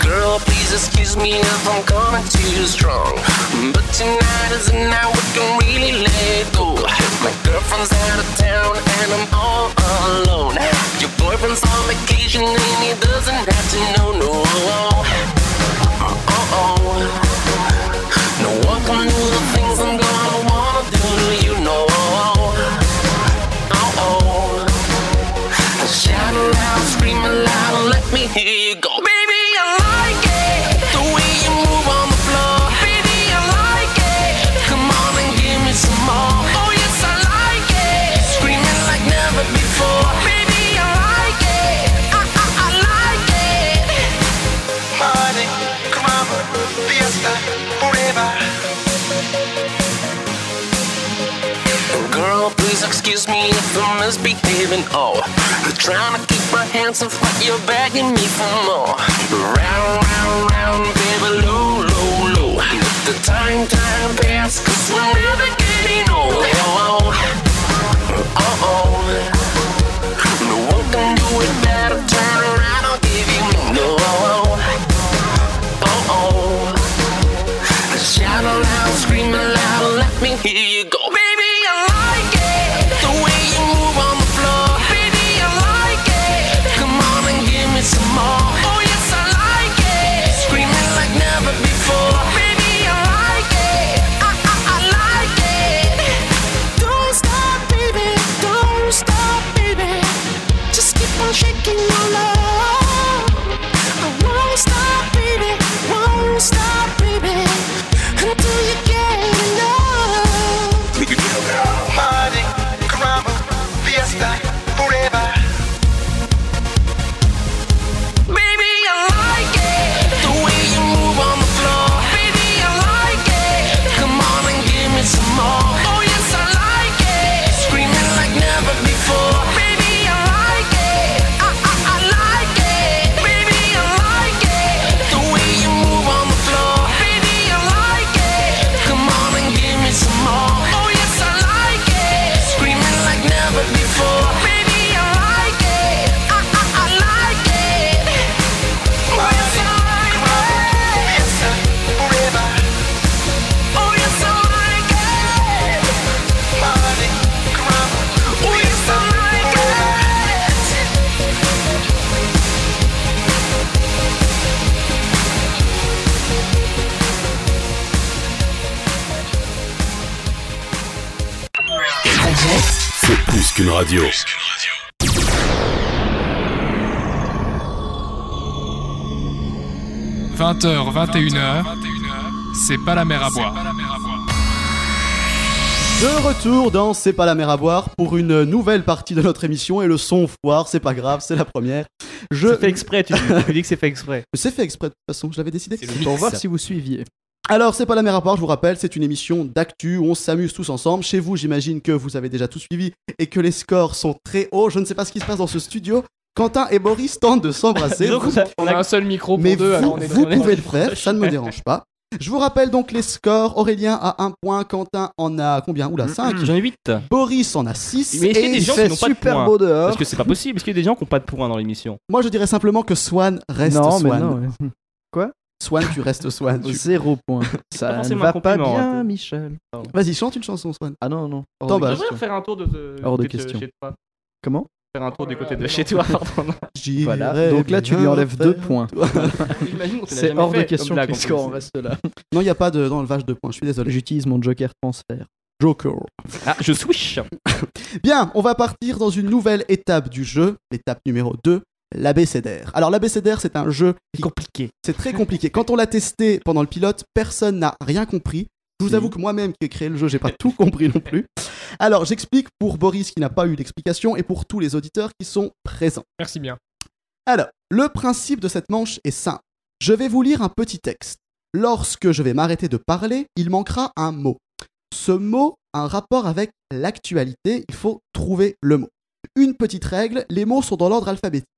Speaker 8: Girl, please excuse me if I'm coming too strong. But tonight is the night we can really let go. My girlfriend's out of town and I'm all alone. Your boyfriend's on vacation and he doesn't have to know. No, oh, oh. No one can do the things I'm gonna wanna do to you. No, oh, oh. Shout loud, scream loud, let me hear you go. Baby, I like it. The way you move on the floor. Baby, I like it. Come on and give me some more. Oh, yes, I like it. Screaming like never before. Baby, I like it. I, I, I like it. Party, come on, fiesta, forever. Girl, please excuse me if I'm misbehaving. Oh, I'm trying to keep my hands off, but you're begging me for more. Round, round, round, baby, low, low, low. Let the time, time pass, cause we're never getting old. Oh, oh. No one can do it better. Turn around, I'll give you more. No, oh, oh. Shout aloud, scream aloud, let me hear you go. Baby, I like it. The way you move on the floor. Baby, I like it. Come on and give me some more. Oh, yes, I like it. Screaming like never before. Baby, I like it. I, I, I like it. Don't stop, baby. Don't stop, baby. Just keep on shaking your love. I won't stop, baby. Won't stop, baby. Until you get enough. Party, caramba, fiesta, forever. Baby, I like it. The way you move on the floor. Baby, I like it. Come on and give me some more. Oh, yes, I like it. Screaming like never before. Baby, I like it. I, I, I like it. Baby, I like it. The way you move on the floor. Baby, I like it. Come on and give me some more. Oh, yes, I like it. Screaming like never before. Baby, I like it. I, I, I like it. Oh, yes, I like it. Oh, yes, I like it. Oh, yes, I like it.
Speaker 7: C'est plus qu'une radio.
Speaker 1: h 21h, c'est pas la mer à boire.
Speaker 2: De retour dans C'est pas la mer à boire pour une nouvelle partie de notre émission et le son foire, c'est pas grave, c'est la première. Je...
Speaker 3: C'est fait exprès, tu dis. tu dis que c'est fait exprès.
Speaker 2: C'est fait exprès de toute façon, je l'avais décidé.
Speaker 5: Pour voir si vous suiviez.
Speaker 2: Alors, c'est pas la mer à boire, je vous rappelle, c'est une émission d'actu où on s'amuse tous ensemble. Chez vous, j'imagine que vous avez déjà tout suivi et que les scores sont très hauts. Je ne sais pas ce qui se passe dans ce studio. Quentin et Boris tentent de
Speaker 4: *laughs*
Speaker 2: s'embrasser.
Speaker 3: Disons qu'on a- on
Speaker 4: On
Speaker 3: a-
Speaker 4: a un seul micro pour
Speaker 2: Mais
Speaker 4: deux,
Speaker 2: vous,
Speaker 4: alors on est
Speaker 2: vous
Speaker 4: on est-
Speaker 2: pouvez le faire, ça ne me dérange pas. Je vous rappelle donc les scores. Aurélien a un point, Quentin en a combien Oula, 5.
Speaker 3: J'en ai 8.
Speaker 2: Boris en a 6.
Speaker 3: Mais est-ce qu'il y a
Speaker 2: Et
Speaker 3: des
Speaker 5: Il
Speaker 3: gens qui
Speaker 5: fait
Speaker 3: n'ont pas de
Speaker 5: super
Speaker 3: points.
Speaker 5: beau dehors.
Speaker 2: Ah.
Speaker 3: Parce que c'est pas possible. Est-ce qu'il y a des gens qui n'ont pas de points dans l'émission
Speaker 2: moi je dirais simplement que Swan reste
Speaker 5: non, mais
Speaker 2: Swan.
Speaker 5: non.
Speaker 2: Swan, tu restes Swan. tu-
Speaker 5: Zéro point. Ça ne
Speaker 3: forcément
Speaker 5: va
Speaker 3: un
Speaker 5: pas
Speaker 3: compliment,
Speaker 5: bien,
Speaker 3: hein.
Speaker 5: Michel.
Speaker 2: Vas-y, chante une chanson, Swan.
Speaker 5: Ah non, non. Hors
Speaker 2: Attends,
Speaker 5: de
Speaker 2: bah,
Speaker 5: question.
Speaker 3: faire un tour de,
Speaker 5: Hors de de question. chez
Speaker 3: toi.
Speaker 5: Comment
Speaker 3: Faire un tour du côté de chez *laughs* toi, pardon.
Speaker 2: J'irai
Speaker 5: Voilà. Donc là, tu lui
Speaker 2: bien
Speaker 5: enlèves
Speaker 2: faire-
Speaker 5: deux points.
Speaker 3: J'imagine qu'on te l'a
Speaker 5: C'est
Speaker 3: jamais
Speaker 5: hors de
Speaker 3: fait, comme
Speaker 5: question
Speaker 3: blague,
Speaker 5: que
Speaker 3: en
Speaker 5: les scores
Speaker 3: plus.
Speaker 5: restent là.
Speaker 2: Non, il n'y a pas de- d'enlevage de points, je suis désolé.
Speaker 5: J'utilise mon joker transfert.
Speaker 2: Joker.
Speaker 3: Ah, je swish.
Speaker 2: Bien, on va partir dans une nouvelle étape du jeu, l'étape numéro 2, l'abécédaire. Alors l'abécédaire, c'est un jeu qui
Speaker 3: Compliqué.
Speaker 2: c'est très compliqué. Quand on l'a testé pendant le pilote, personne n'a rien compris. Je vous
Speaker 3: Si.
Speaker 2: avoue que moi-même qui ai créé le jeu, j'ai pas tout compris non plus. Alors, j'explique pour Boris qui n'a pas eu d'explication et pour tous les auditeurs qui sont présents.
Speaker 4: Merci bien.
Speaker 2: Alors, le principe de cette manche est simple. Je vais vous lire un petit texte. Lorsque je vais m'arrêter de parler, il manquera un mot. Ce mot a un rapport avec l'actualité, il faut trouver le mot. Une petite règle, les mots sont dans l'ordre alphabétique.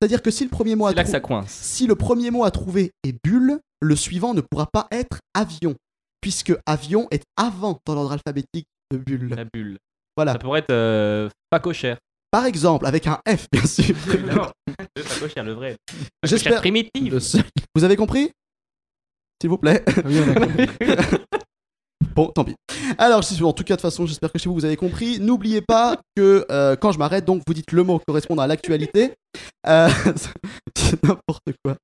Speaker 2: C'est-à-dire que si le premier mot a
Speaker 3: C'est là que ça coince.
Speaker 2: si le premier mot à trouver est bulle, le suivant ne pourra pas être avion, puisque avion est avant dans l'ordre alphabétique de bulle.
Speaker 3: La bulle. Ça
Speaker 2: Voilà.
Speaker 3: pourrait être euh, pas cochère.
Speaker 2: Par exemple, avec un F, bien
Speaker 3: *laughs*
Speaker 2: sûr.
Speaker 3: Évidemment. Le pas cochère, le vrai. Pas cochère
Speaker 2: J'espère-
Speaker 3: primitif.
Speaker 5: Le seul-
Speaker 2: Vous avez compris S'il vous plaît. *laughs* Bon, tant pis. Alors, si- en tout cas, de toute façon, j'espère que chez vous, vous avez compris. N'oubliez pas que euh, quand je m'arrête, donc, vous dites le mot correspondant à l'actualité. Euh, *laughs* c'est n'importe quoi.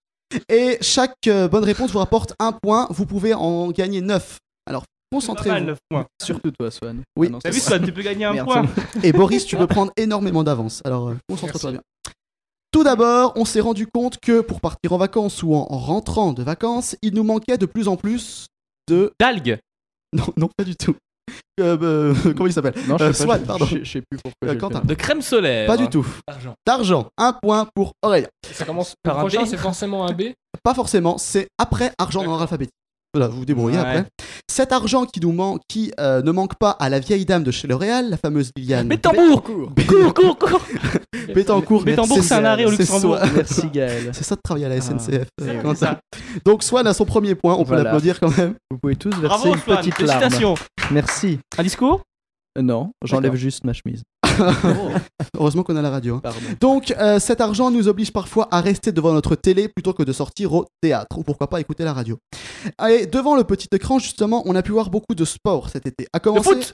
Speaker 2: Et chaque euh, bonne réponse vous rapporte un point. Vous pouvez en gagner 9. Alors,
Speaker 3: Pas mal,
Speaker 2: concentrez-vous.
Speaker 3: neuf points.
Speaker 5: *laughs* Surtout toi, Swan.
Speaker 2: Oui.
Speaker 5: Ah non,
Speaker 3: T'as
Speaker 5: c'est
Speaker 3: vu,
Speaker 5: vrai.
Speaker 3: Swan, tu peux gagner un
Speaker 5: Merde,
Speaker 3: point.
Speaker 2: Et Boris, tu peux prendre énormément d'avance. Alors, euh, concentre-toi
Speaker 4: Merci.
Speaker 2: bien. Tout d'abord, on s'est rendu compte que pour partir en vacances ou en rentrant de vacances, il nous manquait de plus en plus de. *laughs*
Speaker 3: Dalgue.
Speaker 2: Non, non, pas du tout. Euh, euh, *laughs* comment il s'appelle
Speaker 5: Non, je
Speaker 2: Euh,
Speaker 5: sais pas,
Speaker 2: Swan,
Speaker 5: je-
Speaker 2: pardon.
Speaker 5: Je je sais plus pourquoi.
Speaker 2: Euh,
Speaker 5: j'ai le
Speaker 2: Quentin.
Speaker 5: fait.
Speaker 3: De crème solaire.
Speaker 2: Pas du tout.
Speaker 4: Argent.
Speaker 2: D'argent. Un point pour Aurélien.
Speaker 4: Ça commence
Speaker 3: *laughs* Par
Speaker 4: le
Speaker 3: un
Speaker 4: prochain,
Speaker 3: B.
Speaker 4: c'est forcément un B.
Speaker 2: Pas forcément, c'est après argent dans l'ordre alphabétique. Voilà, vous vous débrouillez
Speaker 3: Ouais.
Speaker 2: après. Cet argent qui, nous manque, qui euh, ne manque pas à la vieille dame de chez L'Oréal, la fameuse Liliane.
Speaker 3: Mais tambour. Cours, cours, cours.
Speaker 2: Bétancourt,
Speaker 3: Bétancourt,
Speaker 2: merci,
Speaker 3: c'est un arrêt au
Speaker 2: c'est
Speaker 3: Luxembourg.
Speaker 2: Swan.
Speaker 5: *laughs* Merci Gaël.
Speaker 2: C'est ça de travailler à la
Speaker 5: Ah,
Speaker 2: SNCF.
Speaker 3: c'est
Speaker 2: euh, Quentin.
Speaker 3: ça.
Speaker 2: Donc Swan a son premier point, on peut
Speaker 5: Voilà.
Speaker 2: l'applaudir quand même. *laughs*
Speaker 5: Vous pouvez tous verser
Speaker 3: Bravo,
Speaker 5: une
Speaker 3: Swan.
Speaker 5: petite larme.
Speaker 3: Félicitations.
Speaker 5: Merci.
Speaker 3: Un discours
Speaker 5: Euh, Non, j'enlève
Speaker 2: D'accord.
Speaker 5: juste ma chemise.
Speaker 2: Heureusement qu'on a la radio. hein.
Speaker 5: Pardon.
Speaker 2: Donc euh, cet argent nous oblige parfois à rester devant notre télé plutôt que de sortir au théâtre ou pourquoi pas écouter la radio. Et devant le petit écran justement, on a pu voir beaucoup de sport cet été. À
Speaker 3: Le
Speaker 2: commencer
Speaker 3: foot.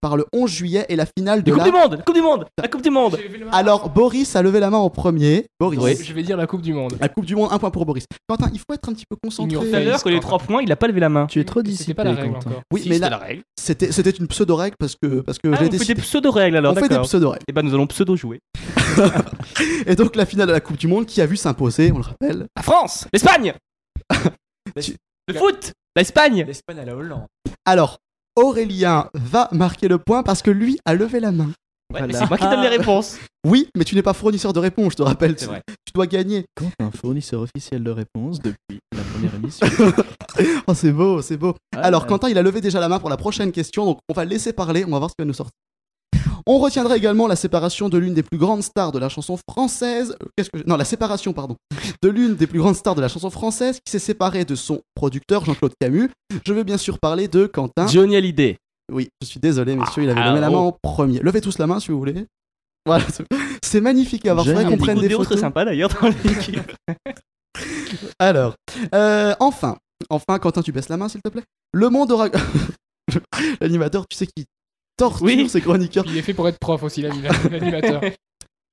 Speaker 2: par le 11 juillet et la finale de
Speaker 3: La Coupe
Speaker 2: la
Speaker 3: du Monde. La Coupe du Monde. La Coupe du Monde.
Speaker 4: J'ai levé le-
Speaker 2: Alors Boris a levé la main en premier. Boris.
Speaker 4: Je vais dire la Coupe du Monde.
Speaker 2: La Coupe du Monde, un point pour Boris. Quentin, il faut être un petit peu
Speaker 4: Ignore
Speaker 3: Tout à
Speaker 2: concentré.
Speaker 4: Taylor.
Speaker 3: l'heure, que les trois points, il a pas levé la main.
Speaker 5: Tu es trop dissipé.
Speaker 4: C'était pas la règle
Speaker 5: Quentin.
Speaker 4: encore.
Speaker 2: Oui,
Speaker 3: Si,
Speaker 2: mais
Speaker 3: c'était
Speaker 2: là,
Speaker 3: la règle.
Speaker 2: c'était c'était une pseudo-règle parce que, parce que
Speaker 3: Ah,
Speaker 2: j'ai
Speaker 3: on fait
Speaker 2: décidé.
Speaker 3: des pseudo-règles alors,
Speaker 2: on fait des
Speaker 3: d'accord.
Speaker 2: pseudo-règles.
Speaker 3: Et ben nous allons pseudo-jouer.
Speaker 2: Et donc la finale de la Coupe du Monde qui a vu s'imposer, on le rappelle.
Speaker 3: La France L'Espagne Le foot L'Espagne
Speaker 9: L'Espagne à la Hollande.
Speaker 2: Alors, Aurélien va marquer le point parce que lui a levé la main.
Speaker 3: Ouais,
Speaker 5: Voilà.
Speaker 3: mais C'est moi qui donne les réponses.
Speaker 2: Oui, mais tu n'es pas fournisseur de réponse, je te rappelle. Tu,
Speaker 9: C'est vrai.
Speaker 2: tu dois gagner.
Speaker 5: Quentin, fournisseur officiel de réponse depuis la première émission.
Speaker 2: *laughs* Oh, c'est beau, c'est beau.
Speaker 5: Ouais,
Speaker 2: Alors,
Speaker 5: euh,
Speaker 2: Quentin, il a levé déjà la main pour la prochaine question, donc on va le laisser parler, on va voir ce qu'il va nous sortir. On retiendra également la séparation de l'une des plus grandes stars de la chanson française. euh, Qu'est-ce que j'ai- non la séparation pardon de l'une des plus grandes stars de la chanson française qui s'est séparée de son producteur Jean-Claude Camus. Je veux bien sûr parler de Quentin.
Speaker 3: Johnny Hallyday.
Speaker 2: Oui, je suis désolé, messieurs, il avait
Speaker 3: Ah,
Speaker 2: levé la
Speaker 3: oh.
Speaker 2: main en premier. Levez tous la main si vous voulez. Voilà, c'est- *laughs* c'est magnifique à voir.
Speaker 5: J'ai
Speaker 2: Faudrait
Speaker 5: un
Speaker 2: qu'on
Speaker 5: petit
Speaker 2: prenne des
Speaker 3: très
Speaker 2: photos.
Speaker 3: sympa d'ailleurs dans l'équipe.
Speaker 2: Alors, euh, enfin, enfin, Quentin, tu baisses la main, s'il te plaît. Le monde aura. *laughs* L'animateur, tu sais qui torture
Speaker 3: Oui.
Speaker 2: ses chroniqueurs.
Speaker 4: Puis Il est fait pour être prof aussi, l'anima- l'animateur.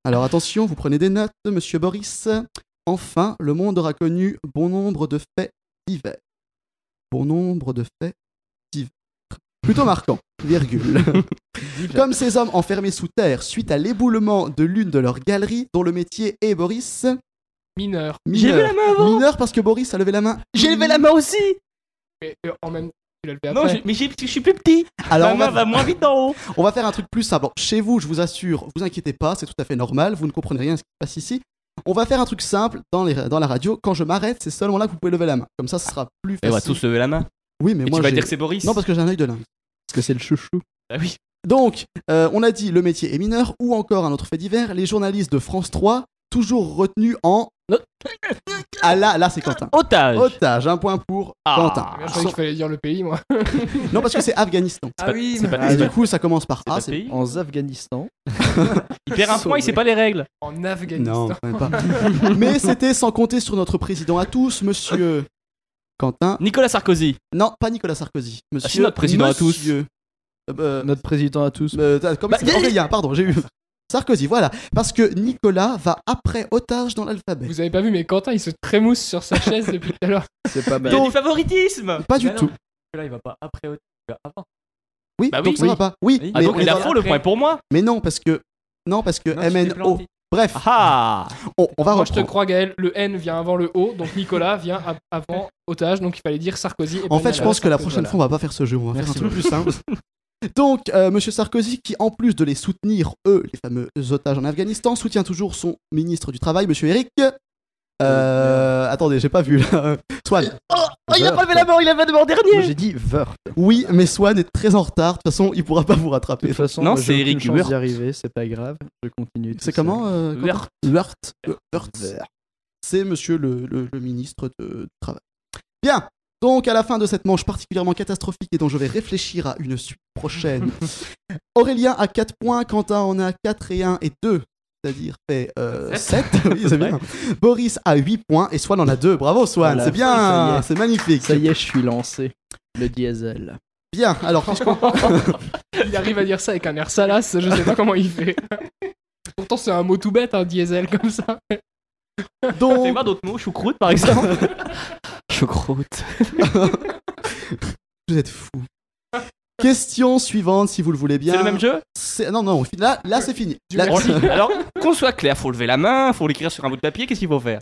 Speaker 2: Alors attention, vous prenez des notes, monsieur Boris. Enfin, le monde aura connu bon nombre de faits divers. Bon nombre de faits divers. Plutôt marquant, virgule.
Speaker 3: *laughs*
Speaker 2: Comme ces hommes enfermés sous terre suite à l'éboulement de l'une de leurs galeries, dont le métier est Boris.
Speaker 4: Mineur.
Speaker 3: J'ai levé
Speaker 2: Mineur.
Speaker 3: la main avant
Speaker 2: Mineur parce que Boris a levé la main.
Speaker 3: J'ai levé la main aussi
Speaker 4: Mais euh, en même tu l'as le fait
Speaker 3: Non,
Speaker 4: après.
Speaker 3: j'ai- mais j'ai- je suis plus petit
Speaker 2: Alors
Speaker 3: La
Speaker 2: on
Speaker 3: main Bah,
Speaker 2: va,
Speaker 3: va moins vite d'en haut
Speaker 2: on va faire un truc plus simple. Chez vous, je vous assure, vous inquiétez pas, c'est tout à fait normal, vous ne comprenez rien à ce qui se passe ici. On va faire un truc simple dans, les, dans la radio. Quand je m'arrête, c'est seulement là que vous pouvez lever la main. Comme ça, ce sera plus
Speaker 3: Et
Speaker 2: facile.
Speaker 3: lever la main.
Speaker 2: Oui, mais
Speaker 3: Eh Et
Speaker 2: moi,
Speaker 3: tu vas
Speaker 2: j'ai-
Speaker 3: dire que c'est Boris
Speaker 2: non parce que j'ai un œil de lingue.
Speaker 5: Parce que c'est le chouchou.
Speaker 3: Ah oui.
Speaker 2: Donc, euh, on a dit le métier est mineur ou encore un autre fait divers. Les journalistes de France 3 toujours retenus
Speaker 3: *laughs*
Speaker 2: en
Speaker 3: Non.
Speaker 2: ah là, là c'est Quentin.
Speaker 3: Otage
Speaker 2: Otage, un point pour
Speaker 3: Ah.
Speaker 2: Quentin.
Speaker 4: Bien, je croyais qu'il fallait dire le pays, moi.
Speaker 2: Non, parce que c'est Afghanistan.
Speaker 9: Ah oui,
Speaker 3: C'est
Speaker 9: mais-
Speaker 3: pas
Speaker 2: Et du coup, ça commence par
Speaker 3: pas
Speaker 2: A.
Speaker 3: de pays.
Speaker 5: En Afghanistan.
Speaker 3: Il perd un point, il sait pas les règles.
Speaker 4: En
Speaker 2: c'est-
Speaker 4: Afghanistan.
Speaker 2: *laughs* Non, quand même pas. *laughs* Mais c'était sans compter sur notre président à tous, monsieur Quentin.
Speaker 3: Nicolas Sarkozy.
Speaker 2: Non, pas Nicolas Sarkozy. Monsieur.
Speaker 3: si, notre président à tous.
Speaker 2: Monsieur- Euh, euh,
Speaker 5: Notre président à tous.
Speaker 2: Euh, t'as- comment il
Speaker 3: Bah,
Speaker 2: s'appelle Aurélien, pardon, j'ai eu. *laughs* Sarkozy, voilà. Parce que Nicolas va après otage dans l'alphabet.
Speaker 4: Vous avez pas vu, mais Quentin, il se trémousse sur sa chaise depuis tout à l'heure.
Speaker 2: Bah,
Speaker 5: C'est pas
Speaker 3: Il
Speaker 5: mal.
Speaker 3: y a du favoritisme
Speaker 2: Pas du
Speaker 9: Bah non,
Speaker 2: tout.
Speaker 9: parce que Là, il va pas après, il va avant.
Speaker 2: Oui,
Speaker 3: Bah oui,
Speaker 2: donc ça
Speaker 3: oui.
Speaker 2: va pas. Oui,
Speaker 9: Oui.
Speaker 3: Ah,
Speaker 2: mais,
Speaker 3: donc
Speaker 2: on
Speaker 3: il a
Speaker 2: est dans-
Speaker 3: faux le point pour moi.
Speaker 2: mais non, parce que. Non, parce que
Speaker 9: Non, tu t'es
Speaker 2: MNO.
Speaker 9: planté.
Speaker 2: Bref,
Speaker 3: Ah
Speaker 2: on, on va
Speaker 4: Moi, je te
Speaker 2: reprendre.
Speaker 4: crois, Gaël. Le N vient avant le O, donc Nicolas vient av- avant otage, donc il fallait dire Sarkozy. et
Speaker 2: En
Speaker 4: pas
Speaker 2: fait, je
Speaker 4: Nicolas.
Speaker 2: pense que la prochaine
Speaker 4: Voilà.
Speaker 2: fois, on va pas faire ce jeu, on va
Speaker 5: Merci.
Speaker 2: faire un truc plus simple. *laughs* Donc, euh, Monsieur Sarkozy, qui en plus de les soutenir, eux, les fameux otages en Afghanistan, soutient toujours son ministre du Travail, Monsieur Eric. Euh, attendez, j'ai pas vu
Speaker 3: *laughs*
Speaker 2: là. Swan.
Speaker 3: Oh, Il a pas levé la main, il avait demandé
Speaker 5: Moi,
Speaker 3: dernier
Speaker 5: j'ai dit Vert.
Speaker 2: Oui, mais Swan est très en retard. De toute façon, il pourra pas vous
Speaker 5: De
Speaker 2: rattraper.
Speaker 5: toute façon,
Speaker 3: Non,
Speaker 5: moi, j'ai
Speaker 3: c'est
Speaker 5: aucune
Speaker 3: Eric
Speaker 5: chance
Speaker 3: Wirth.
Speaker 5: d'y arriver, c'est pas grave. Je continue. tout
Speaker 2: C'est
Speaker 5: seul.
Speaker 2: comment euh, comment
Speaker 3: Vert.
Speaker 2: Wurt. Euh, Wurt.
Speaker 5: Vert.
Speaker 2: C'est Monsieur le, le- le ministre de, du Travail. Bien. Donc, à la fin de cette manche particulièrement catastrophique et dont je vais réfléchir à une suite
Speaker 5: *laughs*
Speaker 2: prochaine, Aurélien a 4 points, Quentin en a 4 et 1 et 2, c'est-à-dire fait 7. *laughs* oui, c'est bien. Boris a 8 points et Swan en a 2. Bravo Swan,
Speaker 5: Voilà,
Speaker 2: c'est
Speaker 5: ça y
Speaker 2: bien,
Speaker 5: est.
Speaker 2: c'est magnifique.
Speaker 5: Ça y est, je suis lancé. Le diesel.
Speaker 2: Bien, alors qu'est-ce qu'on-
Speaker 4: Il arrive à dire ça avec un air salace, je sais pas comment il fait. *laughs* Pourtant, c'est un mot tout bête, un diesel comme ça.
Speaker 3: T'as
Speaker 2: *laughs* donc,
Speaker 3: pas d'autres mots, choucroute par
Speaker 2: *laughs*
Speaker 3: exemple Choucroute.
Speaker 2: vous êtes fous. Question suivante, si vous le voulez bien.
Speaker 3: C'est le même jeu
Speaker 2: C'est- Non, non, là, là c'est fini. Là- *laughs*
Speaker 3: On le dit. Alors, qu'on soit clair, faut lever la main, faut l'écrire sur un bout de papier, qu'est-ce qu'il faut faire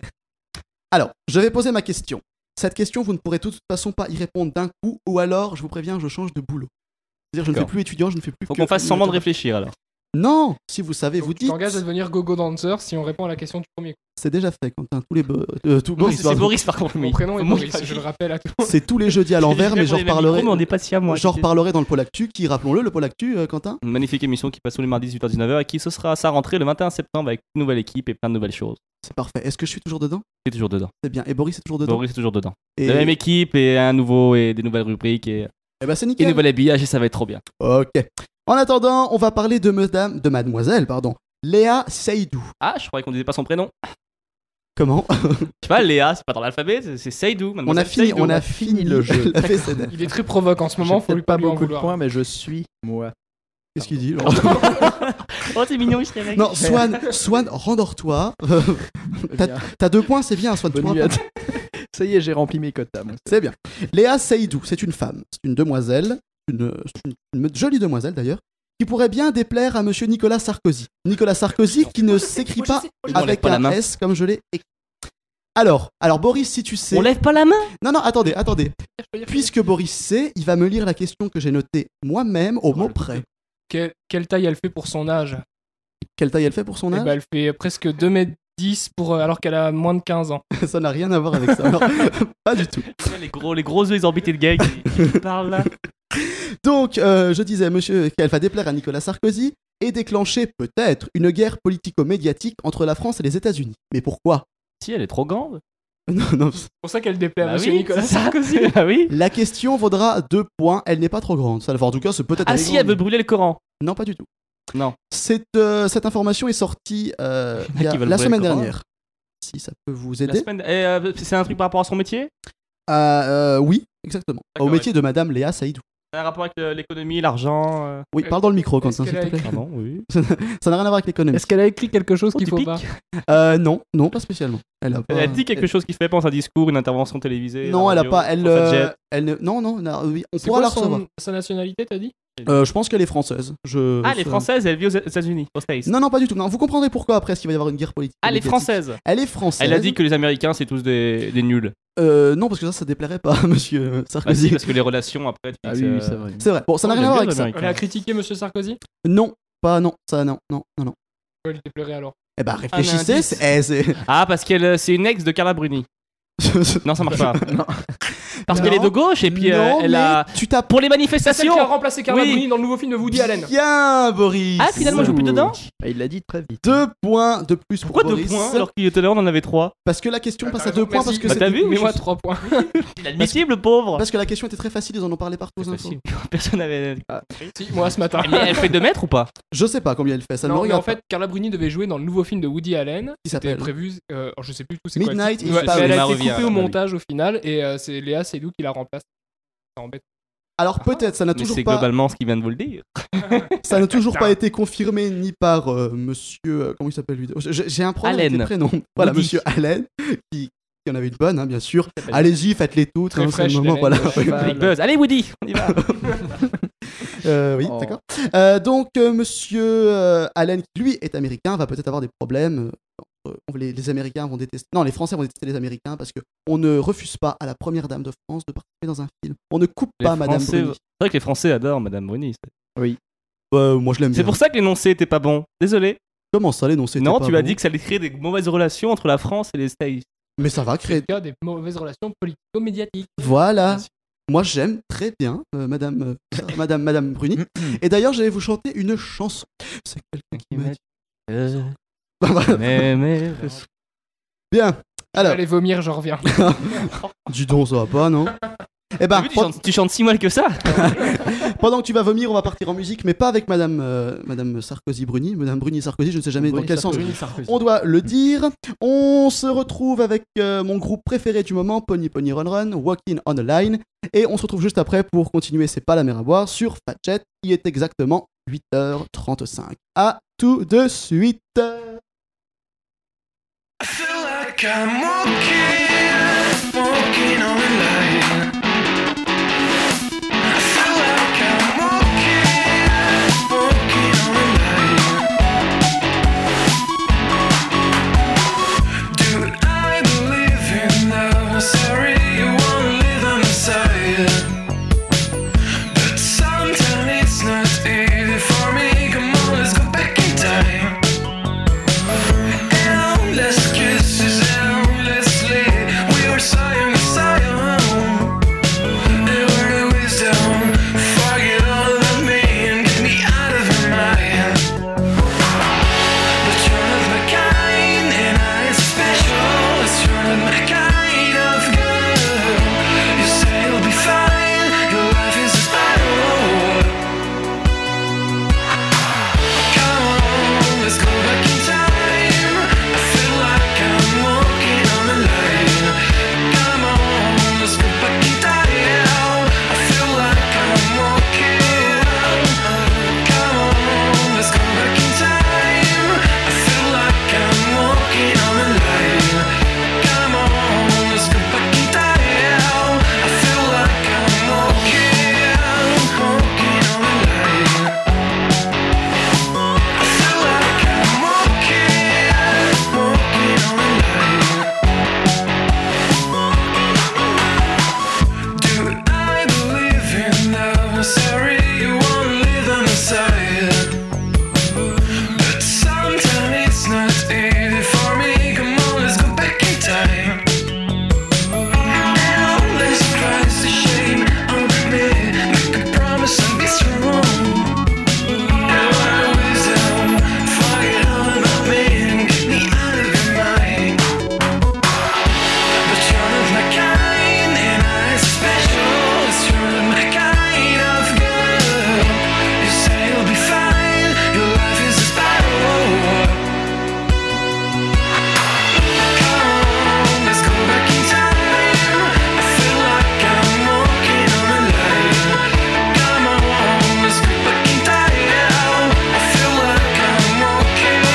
Speaker 2: Alors, je vais poser ma question. Cette question, vous ne pourrez de toute façon pas y répondre d'un coup, ou alors, je vous préviens, je change de boulot. C'est-à-dire, je ne fais
Speaker 3: D'accord.
Speaker 2: plus étudiant, je ne fais plus.
Speaker 3: Faut
Speaker 2: que
Speaker 3: qu'on fasse semblant de
Speaker 2: animateur.
Speaker 3: réfléchir alors.
Speaker 2: Non, si vous savez, vous
Speaker 4: Donc, tu
Speaker 2: dites.
Speaker 4: t'engages à devenir go-go dancer si on répond à la question du premier.
Speaker 2: C'est déjà fait, Quentin. Tous les bo- euh, tout-
Speaker 3: Non,
Speaker 2: Boris,
Speaker 3: c'est c'est
Speaker 2: pardon.
Speaker 3: Boris par contre,
Speaker 4: Mon
Speaker 3: oui.
Speaker 4: prénom est
Speaker 3: Moi,
Speaker 4: Maurice,
Speaker 3: j'ai-
Speaker 4: je le rappelle à tout le monde.
Speaker 2: C'est tous les
Speaker 3: *laughs*
Speaker 2: jeudis à l'envers, mais j'en reparlerai.
Speaker 3: On n'est pas si à moi.
Speaker 2: J'en reparlerai dans le pôle actu, qui, rappelons-le, le pôle actu, euh, Quentin.
Speaker 3: Une magnifique émission qui passe tous les mardis 18h-19h et qui ce sera à sa rentrée le 21 septembre avec une nouvelle équipe et plein de nouvelles choses.
Speaker 2: C'est parfait. Est-ce que je suis toujours dedans
Speaker 3: C'est toujours dedans.
Speaker 2: C'est bien. Et Boris est toujours dedans.
Speaker 3: Boris est toujours dedans.
Speaker 2: Et,
Speaker 3: La même équipe et un nouveau et des nouvelles rubriques et,
Speaker 2: Eh ben, c'est
Speaker 3: et
Speaker 2: nickel.
Speaker 3: nouvel habillage et ça va être trop bien.
Speaker 2: Ok. En attendant, on va parler de madame, de mademoiselle, pardon, Léa Seydoux.
Speaker 3: Ah, je croyais qu'on disait pas son prénom.
Speaker 2: Comment
Speaker 3: Je sais pas, Léa, c'est pas dans l'alphabet, c'est- c'est
Speaker 2: On
Speaker 3: Seydou.
Speaker 2: a
Speaker 3: mademoiselle
Speaker 2: fini,
Speaker 3: Seydou.
Speaker 2: on a fini *laughs* le jeu. La VCD.
Speaker 4: Il est très provoque en ce moment,
Speaker 5: J'ai
Speaker 4: faut lui
Speaker 5: peut-être
Speaker 4: pas
Speaker 5: mis
Speaker 4: lui en
Speaker 5: beaucoup de
Speaker 4: vouloir.
Speaker 5: points, mais je suis moi.
Speaker 2: Qu'est-ce qu'il dit genre
Speaker 5: *laughs*
Speaker 3: Oh, c'est mignon, je t'ai
Speaker 2: Non, Swan, Swan, rendors-toi. Euh,
Speaker 5: Eh Bien.
Speaker 2: T'as deux points, c'est bien, Swan. tu prends
Speaker 5: Bonne
Speaker 2: un
Speaker 5: nuit à
Speaker 2: point.
Speaker 5: tous. Ça y est, j'ai rempli mes quotas. moi.
Speaker 2: C'est bien. Léa Seydoux, c'est une femme, c'est une demoiselle, une, c'est une- une jolie demoiselle d'ailleurs, qui pourrait bien déplaire à monsieur Nicolas Sarkozy. Nicolas Sarkozy qui ne s'écrit pas
Speaker 3: On lève
Speaker 2: avec
Speaker 3: pas la
Speaker 2: un
Speaker 3: main.
Speaker 2: S comme je l'ai écrit. Alors, alors Boris, si tu sais.
Speaker 3: On lève pas la main
Speaker 2: Non, non, attendez, attendez. Puisque Boris sait, il va me lire la question que j'ai notée moi-même
Speaker 3: Oh,
Speaker 2: au mot près.
Speaker 4: Quelle, quelle taille elle fait pour son âge
Speaker 2: Quelle taille elle fait pour son
Speaker 4: Eh
Speaker 2: âge
Speaker 4: ben, Elle fait presque 2m10 pour, euh, alors qu'elle a moins de 15 ans.
Speaker 2: *laughs*
Speaker 3: ben,
Speaker 2: Ça n'a rien à voir avec ça.
Speaker 3: *laughs*
Speaker 2: Alors, pas du tout.
Speaker 3: Les gros, les gros yeux exorbités de gars qui, *laughs* qui parlent là.
Speaker 2: Donc, euh, je disais, monsieur, qu'elle va déplaire à Nicolas Sarkozy et déclencher peut-être une guerre politico-médiatique entre la France et les États-Unis. Mais pourquoi *laughs*
Speaker 3: Si, elle est trop grande.
Speaker 2: Non, non.
Speaker 4: C'est pour ça qu'elle déplaît à
Speaker 3: Bah
Speaker 4: monsieur
Speaker 3: oui, *laughs*
Speaker 4: Nicolas
Speaker 3: c'est ça.
Speaker 4: Sarkozy.
Speaker 3: Ah oui
Speaker 2: La question vaudra deux points. Elle n'est pas trop grande. Ça, enfin, en tout cas, c'est peut-être.
Speaker 3: Ah si, elle veut brûler le Coran.
Speaker 2: Non, pas du tout.
Speaker 3: Non.
Speaker 2: Cette, euh, cette information est sortie euh,
Speaker 3: Il y en a
Speaker 2: il y a-
Speaker 3: qui veulent
Speaker 2: la
Speaker 3: brûler
Speaker 2: semaine
Speaker 3: le Coran.
Speaker 2: dernière. Si ça peut vous
Speaker 3: La
Speaker 2: aider.
Speaker 3: semaine- et, euh, c'est un truc par rapport à son métier
Speaker 2: Euh, euh, oui, exactement. Au
Speaker 3: D'accord,
Speaker 2: métier de Madame Léa Saïdou.
Speaker 3: C'est un rapport avec euh, l'économie, l'argent euh,
Speaker 2: Oui, parle dans le micro,
Speaker 4: Est-ce
Speaker 2: Quentin, s'il
Speaker 4: qu'elle
Speaker 2: te
Speaker 4: a
Speaker 2: plaît.
Speaker 3: Pardon, Ah oui.
Speaker 2: Ça n'a rien à voir avec l'économie.
Speaker 4: Est-ce qu'elle a écrit quelque chose
Speaker 3: Oh,
Speaker 4: qu'il
Speaker 3: tu
Speaker 4: faut
Speaker 3: piques.
Speaker 4: pas
Speaker 2: Euh, non, non, pas spécialement. Elle a pas.
Speaker 3: Elle a dit quelque chose qui fait pense à un discours, une intervention télévisée.
Speaker 2: Non,
Speaker 3: la
Speaker 2: elle a
Speaker 3: radio,
Speaker 2: pas. Elle,
Speaker 3: dans un
Speaker 2: euh,
Speaker 3: jet.
Speaker 2: elle ne- non, non, non, euh, oui, on
Speaker 4: C'est
Speaker 2: pourra la
Speaker 4: quoi
Speaker 2: recevoir.
Speaker 4: son, sa nationalité, t'as dit
Speaker 2: Euh, je pense qu'elle est française. Je...
Speaker 3: Ah, elle est
Speaker 2: ça-
Speaker 3: française, elle vit aux États-Unis, aux States.
Speaker 2: Non, non, pas du tout. Non, vous comprendrez pourquoi après, est-ce qu'il va y avoir une guerre politique
Speaker 3: Ah, elle est
Speaker 2: médiatique.
Speaker 3: française.
Speaker 2: Elle est française.
Speaker 3: Elle a dit que les Américains, c'est tous des, des nuls.
Speaker 2: Euh, non, parce que ça, ça déplairait pas, *laughs* à monsieur euh,
Speaker 3: Bah si,
Speaker 2: Sarkozy.
Speaker 3: parce que les relations après. tu
Speaker 5: Ah
Speaker 3: dis
Speaker 5: oui,
Speaker 3: que,
Speaker 5: oui,
Speaker 3: euh,
Speaker 5: c'est vrai.
Speaker 2: C'est vrai. Bon, ça n'a
Speaker 3: Oh,
Speaker 2: rien à
Speaker 3: j'aime
Speaker 2: voir
Speaker 3: bien
Speaker 2: avec ça.
Speaker 3: les
Speaker 4: Elle a critiqué monsieur Sarkozy
Speaker 2: Non, pas non, ça, non, non, non, non.
Speaker 4: Pourquoi lui déplairait alors
Speaker 2: Eh bah, réfléchissez.
Speaker 3: indice.
Speaker 2: c'est- eh, c'est-
Speaker 3: Ah, parce qu'elle euh, c'est une ex de Carla Bruni. Non, ça marche pas. Parce qu'elle est de gauche et puis euh,
Speaker 2: Non,
Speaker 3: elle
Speaker 2: mais
Speaker 3: a.
Speaker 2: Tu tapes.
Speaker 3: Pour les
Speaker 4: C'est celle qui a
Speaker 3: manifestations
Speaker 4: remplacé Carla
Speaker 3: Oui.
Speaker 4: Bruni dans le nouveau film de Woody Allen.
Speaker 2: Bien, Boris.
Speaker 3: Ah, finalement, je joue plus dedans
Speaker 5: Ah, il l'a dit très vite.
Speaker 2: Deux points de plus
Speaker 3: Pourquoi
Speaker 2: pour
Speaker 3: deux
Speaker 2: Boris.
Speaker 3: points alors qu'il y a tout à l'heure on en avait trois
Speaker 2: Parce que la question passe à
Speaker 4: raison,
Speaker 2: deux points parce
Speaker 4: merci.
Speaker 2: que
Speaker 3: Bah,
Speaker 2: c'est-
Speaker 3: t'as vu
Speaker 4: Mais
Speaker 3: je-
Speaker 4: moi, 3 points.
Speaker 3: Inadmissible, pauvre
Speaker 2: parce que la question était très facile, ils en ont parlé partout aux infos.
Speaker 3: Facile. Personne n'avait. Ah,
Speaker 4: Si, moi ce matin.
Speaker 3: Mais elle fait 2 mètres ou pas
Speaker 2: Je sais pas combien elle fait, ça ne me
Speaker 4: non, mais
Speaker 2: regarde
Speaker 4: en fait, Carla Bruni devait jouer dans le nouveau film de Woody Allen.
Speaker 2: Qui
Speaker 4: C'était
Speaker 2: s'appelle
Speaker 4: prévu, euh, je sais plus tout c'est quoi. le
Speaker 2: Midnight
Speaker 4: titre.
Speaker 2: is
Speaker 4: Ouais, mais
Speaker 2: Paris.
Speaker 4: elle a
Speaker 3: Emma
Speaker 4: été coupée
Speaker 3: revient,
Speaker 4: au
Speaker 3: bah oui.
Speaker 4: montage au final et euh, c'est Léa Seydoux qui la remplace. C'est embêtant.
Speaker 2: Alors peut-être, ça n'a
Speaker 3: Mais
Speaker 2: toujours
Speaker 3: c'est
Speaker 2: pas
Speaker 3: globalement ce qu'il vient de vous le dire.
Speaker 2: *laughs* Ça n'a toujours pas été confirmé ni par euh, monsieur. euh, comment il s'appelle lui J'ai j'ai un problème
Speaker 3: Allen.
Speaker 2: avec les prénoms. Voilà,
Speaker 3: Woody.
Speaker 2: monsieur Allen, qui, Il y en avait une bonne, hein, bien sûr. Allez-y, faites-les toutes.
Speaker 4: Très
Speaker 2: hein, c'est
Speaker 4: fraîche,
Speaker 2: le
Speaker 4: les
Speaker 2: moment.
Speaker 4: reines
Speaker 2: Voilà.
Speaker 4: de cheval.
Speaker 3: Big Buzz. Allez, Woody, on y va.
Speaker 2: *laughs* Euh, oui,
Speaker 5: Oh.
Speaker 2: d'accord. Euh, donc, euh, monsieur euh, Allen, qui lui est américain, va peut-être avoir des problèmes. euh, entre- les, les Américains vont détester. Non, les Français vont détester les Américains parce que on ne refuse pas à la première dame de France de participer dans un film. On ne coupe
Speaker 3: Les
Speaker 2: pas Madame
Speaker 3: Français-
Speaker 2: Bruni.
Speaker 3: C'est vrai que les Français adorent Madame Bruni.
Speaker 2: Bah, moi, je l'aime
Speaker 3: C'est
Speaker 2: bien.
Speaker 3: pour ça que l'énoncé était pas bon. Désolé.
Speaker 2: Comment ça, l'énoncé était
Speaker 3: Non,
Speaker 2: pas
Speaker 3: tu as
Speaker 2: bon
Speaker 3: dit que ça allait créer des mauvaises relations entre la France et les States.
Speaker 2: Mais ça va créer.
Speaker 4: Il y a des mauvaises relations politico-médiatiques.
Speaker 2: Voilà.
Speaker 4: Bien sûr.
Speaker 2: Moi, j'aime très bien euh, Madame,
Speaker 3: *laughs*
Speaker 2: euh, Madame, Madame Bruni.
Speaker 3: Mm,
Speaker 2: Et d'ailleurs, j'allais vous chanter une chanson. C'est quelqu'un qui m'a dit. Bah, voilà.
Speaker 3: *laughs* Mais, mais...
Speaker 2: Bien. Alors,
Speaker 4: Allez vomir, j'en reviens.
Speaker 2: dis donc, ça va pas,
Speaker 3: *laughs*
Speaker 2: non Eh
Speaker 3: T'as
Speaker 2: ben,
Speaker 3: vu, tu, chantes, tu chantes si mal que ça
Speaker 2: Pendant que tu vas vomir, on va partir en musique, mais pas avec Madame, euh, Madame Sarkozy Bruni. Madame Bruni Sarkozy, je ne sais jamais dans quel sens. On doit le dire. On se retrouve avec euh, mon groupe préféré du moment, Pony Pony Run Run, Walking on the Line. Et on se retrouve juste après pour continuer C'est pas la mer à boire sur Fatchet. Il est exactement 8h35. À tout de suite.
Speaker 8: feel like I'm walking, walking on a line. I feel like I'm walking, walking on a line. Do I believe in love? Sorry, you won't live on the side. But sometimes it's not easy for me. Come on, let's go back in time. Endless kisses, endlessly. We were silent, silent. They were the wisdom. Forget all of me and get me out of your mind. But you're not my kind, and I'm special. You're not my kind of girl. You say you'll be fine. Your life is a spiral. Come on, let's go back in time. I feel like I'm walking on a line. Come on, let's go back in time. I feel like I'm walking. Come on, let's go back in time. I feel like I'm walking on a line. Come on, let's go back in time. I feel like I'm walking, walking on a line. I feel like I'm walking, walking on a line. Do I believe in love? Sorry, you won't live on the side. But sometimes it's not easy for me. Come on, let's go back in time. Endless cries the shame on me. Make a promise and be strong. Let's go back in time. I feel like I'm walking on a line. Come on, let's go back in time. I feel like I'm walking.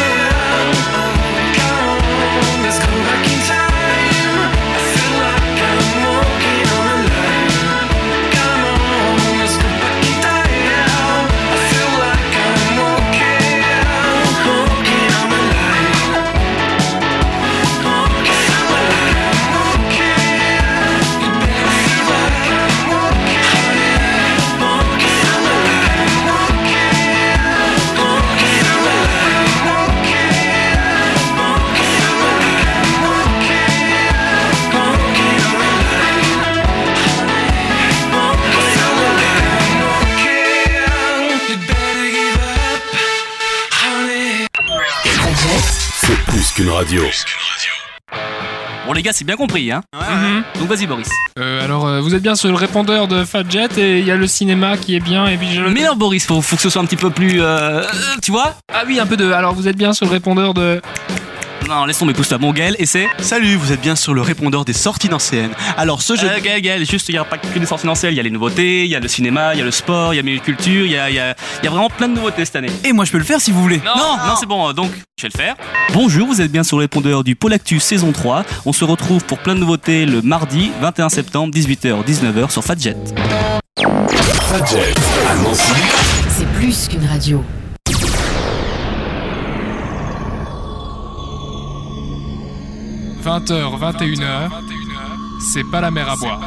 Speaker 8: Come on, let's go back in time. I feel like I'm walking on a line. Come on, let's go back in time. I feel like I'm walking, walking on a line. I feel like I'm walking. I feel like I'm walking.
Speaker 7: C'est plus qu'une radio.
Speaker 9: Bon les gars, c'est bien compris, hein
Speaker 1: Mhm.
Speaker 9: Donc vas-y Boris.
Speaker 1: Euh, alors, euh, vous êtes bien sur le répondeur de Fatjet et il y a le cinéma qui est bien et puis je...
Speaker 9: Mais non Boris, faut, faut que ce soit un petit peu plus... euh, euh, tu vois
Speaker 1: Ah oui, un peu de... Alors, vous êtes bien sur le répondeur de...
Speaker 9: Non, laisse tomber, pousse la mon Gaël, et c'est.
Speaker 10: Salut, vous êtes bien sur le répondeur des sorties dans CN. Alors ce jeu.
Speaker 9: Euh, Gaël, Gaël, juste, il n'y a pas que des sorties financières, il y a les nouveautés, il y a le cinéma, il y a le sport, il y a mes cultures, il y a, il y a- il y a vraiment plein de nouveautés cette année.
Speaker 10: Et moi je peux le faire si vous voulez.
Speaker 9: Non, non, c'est bon, euh, donc je vais le faire. Bonjour, vous êtes bien sur le répondeur du Pôle Actu saison 3. On se retrouve pour plein de nouveautés le mardi 21 septembre, 18h, 19h sur Fadjet.
Speaker 7: Fadjet à Nancy.
Speaker 11: C'est plus qu'une radio.
Speaker 1: h 21h, c'est pas la mer à boire.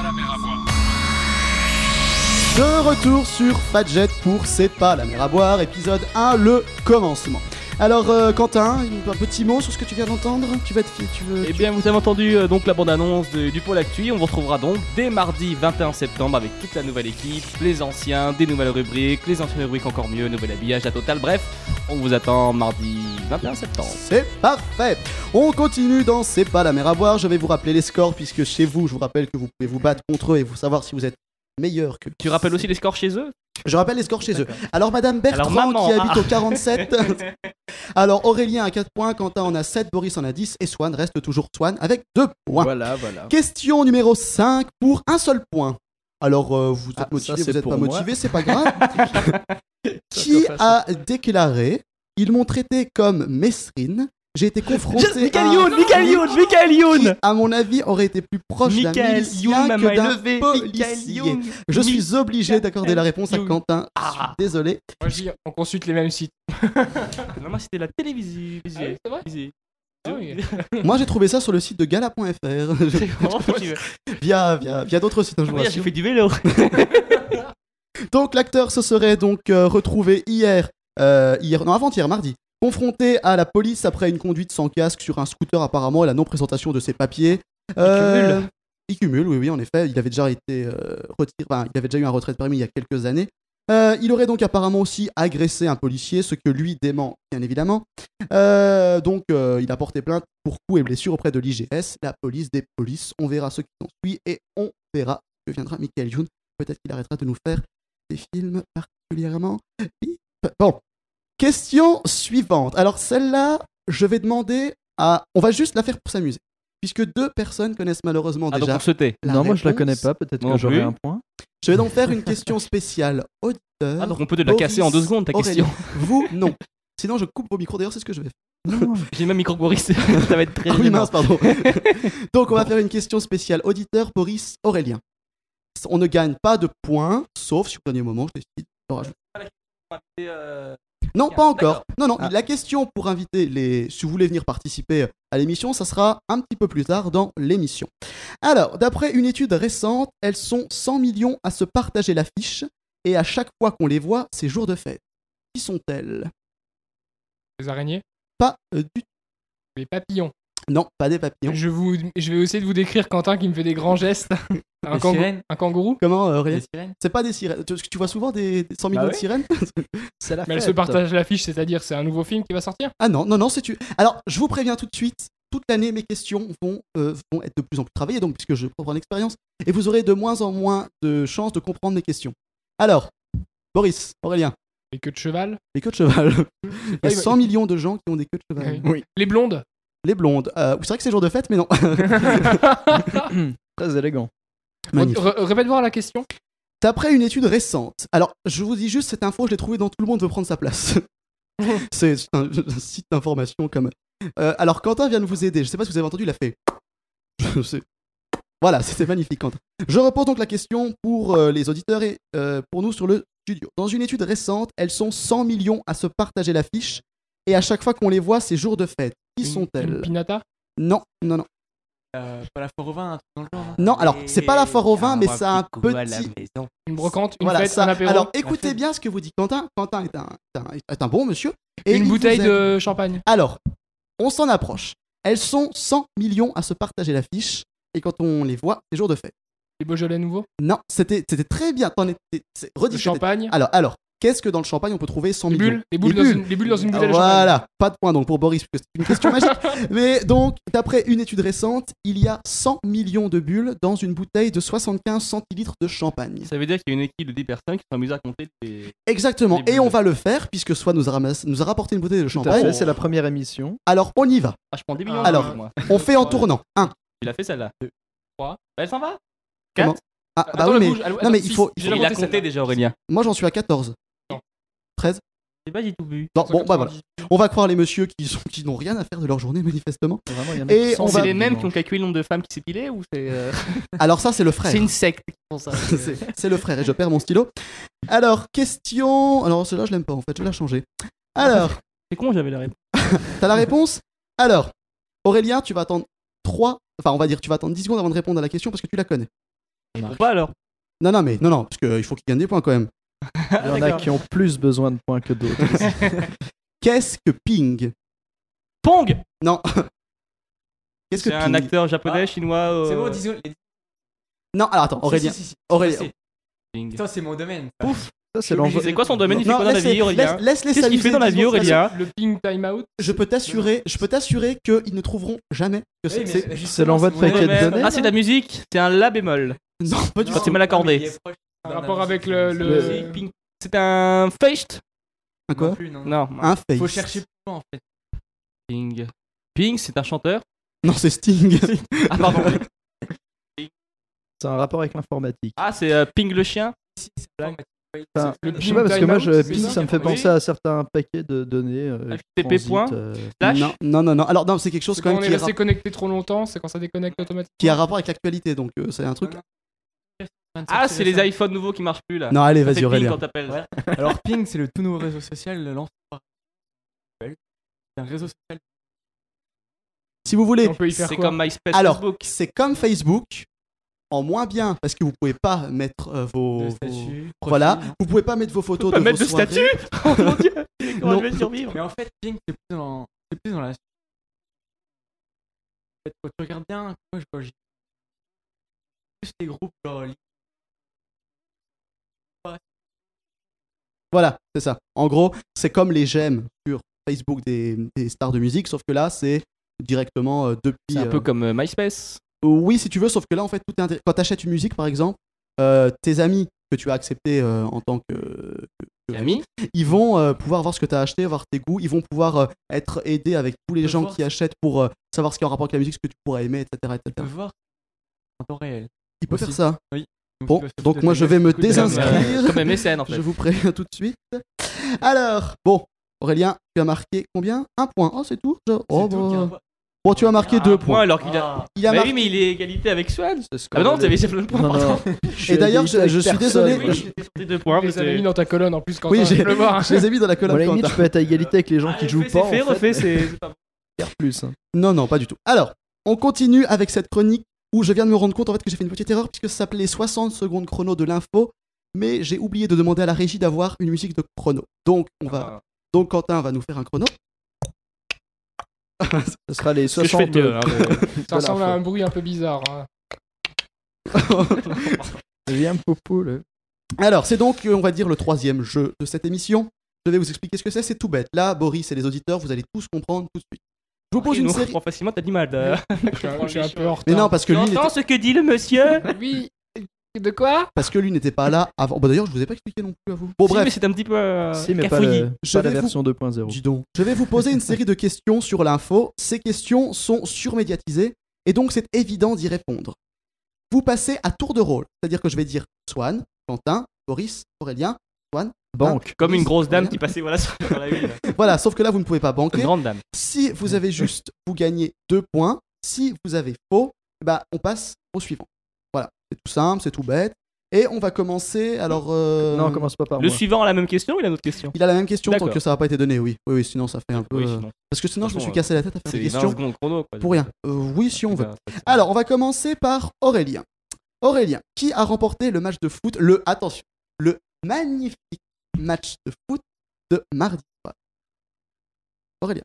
Speaker 2: De retour sur Fadjet pour C'est pas la mer à boire, épisode 1, le commencement. Alors euh, Quentin, un petit mot sur ce que tu viens d'entendre Tu vas te fi- tu veux
Speaker 3: Eh bien, vous avez entendu euh, donc la bande-annonce de- du Pôle Actu. On vous retrouvera donc dès mardi 21 septembre avec toute la nouvelle équipe, les anciens, des nouvelles rubriques, les anciennes rubriques encore mieux, nouvel habillage, la totale. Bref, on vous attend mardi 21 septembre.
Speaker 2: C'est parfait. On continue dans C'est pas la mer à boire. Je vais vous rappeler les scores puisque chez vous, je vous rappelle que vous pouvez vous battre contre eux et vous savoir si vous êtes meilleur que.
Speaker 3: Tu rappelles aussi les scores chez eux
Speaker 2: Je rappelle les scores chez eux. Alors Madame Bertrand
Speaker 3: Alors, maman,
Speaker 2: qui
Speaker 3: ah.
Speaker 2: habite au
Speaker 3: *laughs*
Speaker 2: 47. Alors Aurélien a 4 points, Quentin en a 7, Boris en a 10 et Swan reste toujours Swan avec 2 points.
Speaker 5: Voilà, voilà.
Speaker 2: Question numéro 5 pour un seul point. Alors euh, vous êtes
Speaker 5: Ah,
Speaker 2: motivé,
Speaker 5: ça, c'est
Speaker 2: vous n'êtes
Speaker 5: pour
Speaker 2: pas
Speaker 5: moi.
Speaker 2: motivé, c'est pas
Speaker 3: *laughs*
Speaker 2: grave. *laughs* qui a déclaré Ils m'ont traité comme Messrine. J'ai été confronté à.
Speaker 3: Youn, Michael Youn, Michael Youn
Speaker 2: à mon avis, aurait été plus proche d'un
Speaker 3: Michael
Speaker 2: milicien
Speaker 3: Youn,
Speaker 2: que
Speaker 3: maman
Speaker 2: d'un
Speaker 3: élevée, Michael
Speaker 2: policier.
Speaker 3: Youn.
Speaker 2: Je suis obligé d'accorder la réponse à
Speaker 4: Youn.
Speaker 2: Quentin.
Speaker 3: Ah.
Speaker 2: Désolé.
Speaker 4: Moi, je dis, on consulte les mêmes sites.
Speaker 3: Ah, Non, moi c'était la télévision.
Speaker 4: Ah oui, c'est vrai
Speaker 3: Visée. *laughs*
Speaker 4: Ah oui.
Speaker 2: Moi, j'ai trouvé ça sur le site de gala.fr.
Speaker 3: Comment tu veux
Speaker 2: *laughs* via via, via d'autres sites, hein, je vous
Speaker 3: Regarde, J'ai
Speaker 2: rassure.
Speaker 3: fait du vélo.
Speaker 2: Donc, l'acteur se serait donc euh, retrouvé hier, euh, hier, non, avant-hier, mardi, confronté à la police après une conduite sans casque sur un scooter, apparemment, et la non-présentation de ses papiers. Euh,
Speaker 5: cumule.
Speaker 2: il cumule, oui, oui, en effet. Il avait déjà été euh, retiré, enfin, il avait déjà eu un retrait de permis il y a quelques années. Euh, il aurait donc apparemment aussi agressé un policier, ce que lui dément, bien évidemment. Euh, donc, euh, il a porté plainte pour coups et blessures auprès de l'IGS, la police des polices. On verra ce qui s'ensuit et on verra ce que viendra Michael Youn. Peut-être qu'il arrêtera de nous faire des films particulièrement. bip. Bon, question suivante. Alors, celle-là, je vais demander à. On va juste la faire pour s'amuser. Puisque deux personnes connaissent malheureusement
Speaker 3: Ah, donc
Speaker 2: déjà.
Speaker 3: on se tait.
Speaker 2: la
Speaker 5: non, moi je la
Speaker 2: réponse.
Speaker 5: connais pas, peut-être
Speaker 3: Non
Speaker 5: que j'aurai
Speaker 3: plus.
Speaker 5: un point.
Speaker 2: Je vais donc faire une question spéciale auditeur.
Speaker 3: Ah, donc on peut te la casser en deux secondes ta
Speaker 2: Aurélien, *laughs*
Speaker 3: question.
Speaker 2: Vous, non. Sinon, je coupe vos micros. D'ailleurs, c'est ce que je vais faire.
Speaker 3: J'ai même micro Boris, *laughs* ça va être très
Speaker 2: Ah oui,
Speaker 3: gênant.
Speaker 2: mince, pardon. *laughs* Donc, on va faire une question spéciale auditeur, Boris, Aurélien. On ne gagne pas de points, sauf si au dernier moment, je décide. de rajouter. Non, pas encore. Non, non. La question pour inviter les. Si vous voulez venir participer à l'émission, ça sera un petit peu plus tard dans l'émission. Alors, d'après une étude récente, elles sont 100 millions à se partager l'affiche et à chaque fois qu'on les voit, c'est jour de fête. Qui sont-elles
Speaker 4: *laughs* Les araignées,
Speaker 2: Pas euh, du
Speaker 4: les papillons.
Speaker 2: Non, pas des papillons.
Speaker 4: Je, vous, je vais essayer de vous décrire Quentin qui me fait des grands
Speaker 2: *laughs*
Speaker 4: gestes. un,
Speaker 3: Les
Speaker 4: kangou-
Speaker 3: sirènes.
Speaker 4: un kangourou
Speaker 2: Comment, euh, Aurélien
Speaker 3: sirènes
Speaker 2: C'est pas des sirènes. Tu, tu vois souvent des, des 100 millions
Speaker 5: Bah
Speaker 2: de
Speaker 5: ouais.
Speaker 2: sirènes
Speaker 5: C'est la
Speaker 4: Mais elle
Speaker 5: fête.
Speaker 4: se partage l'affiche, c'est-à-dire c'est un nouveau film qui va sortir
Speaker 2: Ah non, non, non, c'est tu. Alors, je vous préviens tout de suite, toute l'année, mes questions vont, euh, vont être de plus en plus travaillées, donc, puisque je prends en expérience, et vous aurez de moins en moins de chances de comprendre mes questions. Alors, Boris, Aurélien,
Speaker 4: Les queues de cheval
Speaker 2: les queues de cheval. *laughs* Il y a
Speaker 4: Ah, il va-
Speaker 2: 100 millions de gens qui ont des queues de cheval.
Speaker 4: Oui. Les
Speaker 2: *laughs*
Speaker 4: blondes
Speaker 2: Les blondes. euh, c'est vrai que c'est jour de fête, mais non.
Speaker 5: Très élégant.
Speaker 2: Magnifique.
Speaker 4: Re- Répète voir la question.
Speaker 2: D'après une étude récente, alors je vous dis juste cette info, je l'ai trouvée dans Tout le monde veut prendre
Speaker 10: *laughs*
Speaker 2: sa place. c'est c'est un, *laughs* un site d'information comme. Euh, alors Quentin vient de vous aider. Je sais pas si vous avez entendu, il a fait. *laughs* Je sais. Voilà, c'était magnifique Quentin. Je repose donc la question pour euh, les auditeurs et euh, pour nous sur le studio. Dans une étude récente, elles sont 100 millions à se partager l'affiche et à chaque fois qu'on les voit, c'est jour de fête. Qui
Speaker 4: Une- une
Speaker 2: sont-elles
Speaker 4: Pinata
Speaker 2: Non, non, non.
Speaker 10: Euh, pas la foire au vin, un truc dans le genre. hein.
Speaker 2: Non, alors, c'est pas la foire au vin, mais ça a un petit-
Speaker 4: Une brocante Une
Speaker 2: voilà
Speaker 4: fête
Speaker 2: ça.
Speaker 4: Un apéro
Speaker 2: Alors écoutez bien ce que vous dit Quentin. Quentin est un, est un- est un bon monsieur. Et il
Speaker 4: Une
Speaker 2: vous
Speaker 4: bouteille
Speaker 2: aide.
Speaker 4: de champagne
Speaker 2: Alors, on s'en approche. Elles sont 100 millions à se partager l'affiche. Et quand on les voit, c'est jour de fête.
Speaker 4: Les Beaujolais nouveaux
Speaker 2: Non, c'était c'était très bien. T'en étais. c'est- redis
Speaker 4: Le
Speaker 2: ce que t'étais.
Speaker 4: champagne
Speaker 2: Alors, alors, Qu'est-ce que dans le champagne Ah, on peut trouver 100
Speaker 4: Les
Speaker 2: millions
Speaker 4: bulles, les bulles dans une- les bulles dans une bouteille de
Speaker 2: Ah, Voilà, pas de point donc pour Boris, puisque c'est une question magique.
Speaker 4: *laughs*
Speaker 2: Mais donc, d'après une étude récente, il y a 100 millions de bulles dans une bouteille de 75 centilitres de champagne.
Speaker 3: Ça veut dire qu'il y a une équipe de 10 personnes qui sont amusées à compter les.
Speaker 2: Exactement, et on va le faire, puisque Swan nous a, ramassé- nous a rapporté une bouteille de
Speaker 5: Tout à
Speaker 2: champagne.
Speaker 5: fait, c'est la première émission.
Speaker 2: Alors, on y va.
Speaker 3: Ah, je prends 10 millions
Speaker 2: Alors,
Speaker 3: d'euros, moi.
Speaker 2: on fait
Speaker 3: *laughs*
Speaker 2: en tournant. 1.
Speaker 3: Il a fait celle-là. 3. Elle s'en va
Speaker 2: Comment
Speaker 3: Quatre.
Speaker 2: Ah, bah
Speaker 3: Attends,
Speaker 2: oui,
Speaker 3: elle
Speaker 2: mais,
Speaker 3: bouge, elle-
Speaker 2: non,
Speaker 3: attends,
Speaker 2: mais
Speaker 3: six.
Speaker 2: il faut.
Speaker 3: Il a compté déjà, Aurélien.
Speaker 2: Moi, j'en suis à 14. 13
Speaker 3: J'ai pas, j'ai tout bu.
Speaker 2: Non, bon, bah voilà. On va croire les messieurs qui sont- qui n'ont rien à faire de leur journée, *laughs* manifestement. Et on
Speaker 3: C'est
Speaker 2: va.
Speaker 3: les mêmes qui ont calculé le nombre de femmes qui s'épilaient ou c'est. euh,
Speaker 2: Alors, ça, c'est le frère.
Speaker 3: C'est une secte qui font
Speaker 2: *laughs*
Speaker 3: ça.
Speaker 2: c'est c'est le frère et je perds mon stylo. Alors, question. Alors, celle-là, je l'aime pas en fait, je vais la changer. Alors.
Speaker 3: C'est con, j'avais la réponse.
Speaker 2: T'as la réponse Alors, Aurélien, tu vas attendre 3. Enfin, on va dire, tu vas attendre 10 secondes avant de répondre à la question parce que tu la connais.
Speaker 3: Ou pas bah alors
Speaker 2: Non, non, mais non, non, parce qu'il faut qu'il gagne des points quand même.
Speaker 5: Il y en a qui ont plus besoin de points que d'autres.
Speaker 2: Qu'est-ce que Ping
Speaker 3: Pong Ah.
Speaker 2: Non. Qu'est-ce que
Speaker 3: C'est un
Speaker 2: Ping
Speaker 3: acteur japonais, chinois. euh,
Speaker 12: C'est bon, disons. les-
Speaker 2: Non, alors attends,
Speaker 12: Si,
Speaker 2: Aurélien.
Speaker 12: si, si, si.
Speaker 2: Aurélien.
Speaker 12: Merci. Putain, c'est mon domaine.
Speaker 3: Ouf
Speaker 5: Ça,
Speaker 12: c'est l'enjeu.
Speaker 3: C'est quoi son domaine Il fait
Speaker 2: Non,
Speaker 3: quoi dans la
Speaker 2: laisse-
Speaker 3: vie, Aurélien
Speaker 2: laisse- laisse les
Speaker 3: Qu'est-ce qu'il
Speaker 2: s'amuser
Speaker 3: fait dans la
Speaker 2: dix
Speaker 3: vie,
Speaker 2: secondes,
Speaker 3: Aurélien
Speaker 4: Le ping time out.
Speaker 2: Je peux t'assurer, je peux t'assurer qu'ils ne trouveront jamais que
Speaker 12: Oui,
Speaker 2: c'est.
Speaker 12: mais
Speaker 2: c'est-
Speaker 12: justement, C'est l'envoi de c'est mon paquets de domaine. données,
Speaker 3: Ah, c'est de la musique C'est un La bémol.
Speaker 2: Non, pas du
Speaker 3: tout. Ah, C'est mal accordé.
Speaker 4: Un rapport avec le.
Speaker 3: Le-
Speaker 4: le...
Speaker 3: Ping- Euh, C'est un Feist
Speaker 2: Un quoi
Speaker 3: Non.
Speaker 2: Un face.
Speaker 12: Faut chercher plus loin en fait.
Speaker 3: Ping. Ping, c'est un chanteur.
Speaker 2: Non, c'est
Speaker 3: *laughs*
Speaker 2: Sting.
Speaker 3: Ah, pardon.
Speaker 5: C'est un rapport avec l'informatique.
Speaker 3: Ah, c'est euh, Ping le chien
Speaker 5: Enfin,
Speaker 3: Le
Speaker 5: je sais pas, parce que
Speaker 3: Ping
Speaker 5: moi,
Speaker 3: Time
Speaker 5: je,
Speaker 3: Out, c'est
Speaker 5: Ping, ça me fait
Speaker 3: Oui.
Speaker 5: penser à certains paquets de données. euh,
Speaker 3: HTTP
Speaker 5: transit,
Speaker 3: point,
Speaker 5: euh,
Speaker 3: slash.
Speaker 2: Non, non, non, non. Alors, non, c'est quelque chose
Speaker 4: C'est
Speaker 2: quand
Speaker 4: quand
Speaker 2: même
Speaker 4: on est
Speaker 2: qui, est
Speaker 4: resté connecté trop longtemps, c'est quand ça déconnecte automatiquement.
Speaker 2: qui a rapport avec l'actualité, donc euh, c'est un truc.
Speaker 3: Ah, c'est les iPhones nouveaux qui marchent plus là.
Speaker 2: Non, allez,
Speaker 3: Ça
Speaker 2: vas-y,
Speaker 3: fait Ping
Speaker 2: Aurélien.
Speaker 3: quand t'appelles.
Speaker 12: Ouais. Alors Ping, c'est le tout nouveau réseau social lancé par Apple. C'est un réseau social.
Speaker 2: Si vous voulez.
Speaker 4: On peut y faire
Speaker 3: C'est
Speaker 4: quoi
Speaker 3: comme MySpace
Speaker 2: Alors, *laughs*
Speaker 3: Facebook.
Speaker 2: c'est comme Facebook, en moins bien, parce que vous pouvez pas mettre euh, vos.
Speaker 12: De
Speaker 2: vos-
Speaker 12: statut,
Speaker 2: Voilà,
Speaker 12: profil, non.
Speaker 2: vous pouvez pas mettre vos photos
Speaker 3: Pas
Speaker 2: de
Speaker 3: mettre
Speaker 2: vos
Speaker 3: de
Speaker 2: soirées.
Speaker 3: statut Oh mon dieu *laughs* Comment
Speaker 2: Non.
Speaker 3: je vais survivre
Speaker 12: Mais en fait, Ping, c'est plus dans, c'est plus dans la. En fait, quand tu regardes bien, moi je vois j'ai- plus les groupes genre. les-
Speaker 2: Voilà, c'est ça. En gros, c'est comme les j'aime sur Facebook des, des stars de musique, sauf que là, c'est directement euh, depuis.
Speaker 3: C'est un
Speaker 2: euh,
Speaker 3: peu comme euh, MySpace.
Speaker 2: Oui, si tu veux, sauf que là, en fait, tout est intér- quand tu achètes une musique, par exemple, euh, tes amis que tu as acceptés euh, en tant que, que- que-
Speaker 3: Ami
Speaker 2: ils vont euh, pouvoir voir ce que tu as acheté, voir tes goûts, ils vont pouvoir euh, être aidés avec tous les
Speaker 12: Te
Speaker 2: gens
Speaker 12: voir.
Speaker 2: qui achètent pour euh, savoir ce qui est en rapport avec la musique, ce que tu pourrais aimer, etc.
Speaker 12: Tu peux
Speaker 2: etc.
Speaker 12: voir en temps réel.
Speaker 2: Il peut faire
Speaker 12: Aussi.
Speaker 2: ça.
Speaker 12: Oui.
Speaker 2: Bon,
Speaker 12: tu vas-
Speaker 2: donc
Speaker 12: tu vas-
Speaker 2: moi,
Speaker 12: tu
Speaker 2: je
Speaker 12: vas-
Speaker 2: vais me
Speaker 12: tu
Speaker 3: Comme,
Speaker 12: vas-
Speaker 2: désinscrire.
Speaker 3: euh, comme MSN en fait.
Speaker 2: Je vous préviens tout de suite. Alors, bon, Aurélien, tu as marqué combien Un point. Oh, c'est tout Je- oh,
Speaker 12: C'est tout qui
Speaker 2: bah.
Speaker 12: envoie.
Speaker 2: Bon, tu as marqué
Speaker 3: Un
Speaker 2: deux
Speaker 3: point,
Speaker 2: points.
Speaker 3: Ah, alors qu'il a.
Speaker 2: Il a
Speaker 3: Bah
Speaker 2: marqué-
Speaker 3: oui, mais il est égalité avec Swan.
Speaker 5: c'est ce
Speaker 3: Ah bah non,
Speaker 5: qu'on
Speaker 3: t'avais
Speaker 5: avait-
Speaker 3: fait plein de points.
Speaker 5: Non, non.
Speaker 2: Et d'ailleurs, je, je suis
Speaker 5: Personne.
Speaker 2: désolé.
Speaker 3: Oui, j'étais sur tes deux points.
Speaker 4: Tu les
Speaker 3: mais
Speaker 4: avais mis
Speaker 3: c'est-
Speaker 4: dans ta colonne en plus quand
Speaker 2: Oui,
Speaker 4: t'as-
Speaker 2: j'ai-
Speaker 4: je le vois. hein.
Speaker 2: je les ai mis dans la
Speaker 5: Bon, à
Speaker 2: colonne.
Speaker 5: la limite,
Speaker 2: Quentin.
Speaker 5: je peux être à égalité avec les gens qui
Speaker 3: Allez,
Speaker 5: jouent
Speaker 3: fais,
Speaker 5: pas.
Speaker 3: C'est fait,
Speaker 5: en Ah, fait,
Speaker 3: refais, *laughs* c'est c'est pas
Speaker 5: faire plus. hein.
Speaker 2: Non, non, pas du tout. Alors, on continue avec cette chronique où je viens de me rendre compte en fait que j'ai fait une petite erreur puisque ça s'appelait 60 secondes chrono de l'info, mais j'ai oublié de demander à la régie d'avoir une musique de chrono. Donc, on va.
Speaker 3: bon.
Speaker 2: Donc, Quentin va nous faire un chrono.
Speaker 5: Ce sera les
Speaker 3: Ce que je fais
Speaker 5: 60.
Speaker 3: de mieux, hein, mais-
Speaker 4: Ça ressemble à un bruit un peu bizarre. hein.
Speaker 5: Liam Popo, le-
Speaker 2: Alors, c'est donc, euh, on va dire, le troisième jeu de cette émission. Je vais vous expliquer ce que c'est, c'est tout bête. Là, Boris et les auditeurs, vous allez tous comprendre tout de suite. Je vous pose
Speaker 3: Il
Speaker 2: une
Speaker 3: nous
Speaker 2: série.
Speaker 3: reprend facilement, t'as dit mal. euh.
Speaker 4: Je suis un- je suis un peu en retard.
Speaker 2: Mais non, parce que lui, n'était-
Speaker 3: J'entends ce que dit le monsieur.
Speaker 4: Oui. De quoi
Speaker 2: parce que lui n'était pas là avant. Bah, D'ailleurs, je vous ai pas expliqué non plus à vous. Bon,
Speaker 3: Si,
Speaker 2: Oh, bref.
Speaker 3: mais c'est un petit peu. euh,
Speaker 5: Si, mais pas,
Speaker 3: cafouillis.
Speaker 5: le-
Speaker 2: Je
Speaker 5: pas la
Speaker 2: vais vous-
Speaker 5: version 2.0.
Speaker 2: Dis donc. Je vais vous poser une série de questions sur l'info. Ces questions sont surmédiatisées et donc c'est évident d'y répondre. Vous passez à tour de rôle, c'est-à-dire que je vais dire Swan, Quentin, Boris, Aurélien.
Speaker 5: Banque.
Speaker 3: Comme une grosse dame
Speaker 2: Rien.
Speaker 3: qui passait voilà *laughs* sur dans la ville.
Speaker 2: Voilà, sauf que là vous ne pouvez pas
Speaker 3: Une
Speaker 2: banquer.
Speaker 3: grande dame.
Speaker 2: Si vous avez juste, vous gagnez deux points. Si vous avez faux, bah on passe au suivant. Voilà, c'est tout simple, c'est tout bête. Et on va commencer. Alors, euh,
Speaker 5: Non, commence pas par
Speaker 3: Le
Speaker 5: moi.
Speaker 3: suivant a la même question ou il a une autre question
Speaker 2: il a la même question tant
Speaker 3: D'accord.
Speaker 2: que ça n'a pas été donné. Oui, oui, oui, sinon ça fait un peu.
Speaker 3: Oui,
Speaker 2: euh,
Speaker 3: sinon,
Speaker 2: Parce que sinon je me suis
Speaker 3: Franchement,
Speaker 2: cassé la tête à faire
Speaker 3: c'est
Speaker 2: des
Speaker 3: 20
Speaker 2: questions
Speaker 3: secondes chrono. Quoi,
Speaker 2: pour rien. Euh, oui, si on veut.
Speaker 3: Putain, c'est-
Speaker 2: Alors, on va commencer par Aurélien. Aurélien, qui a remporté le match de foot, le, attention, le magnifique match de foot de mardi soir Aurélien.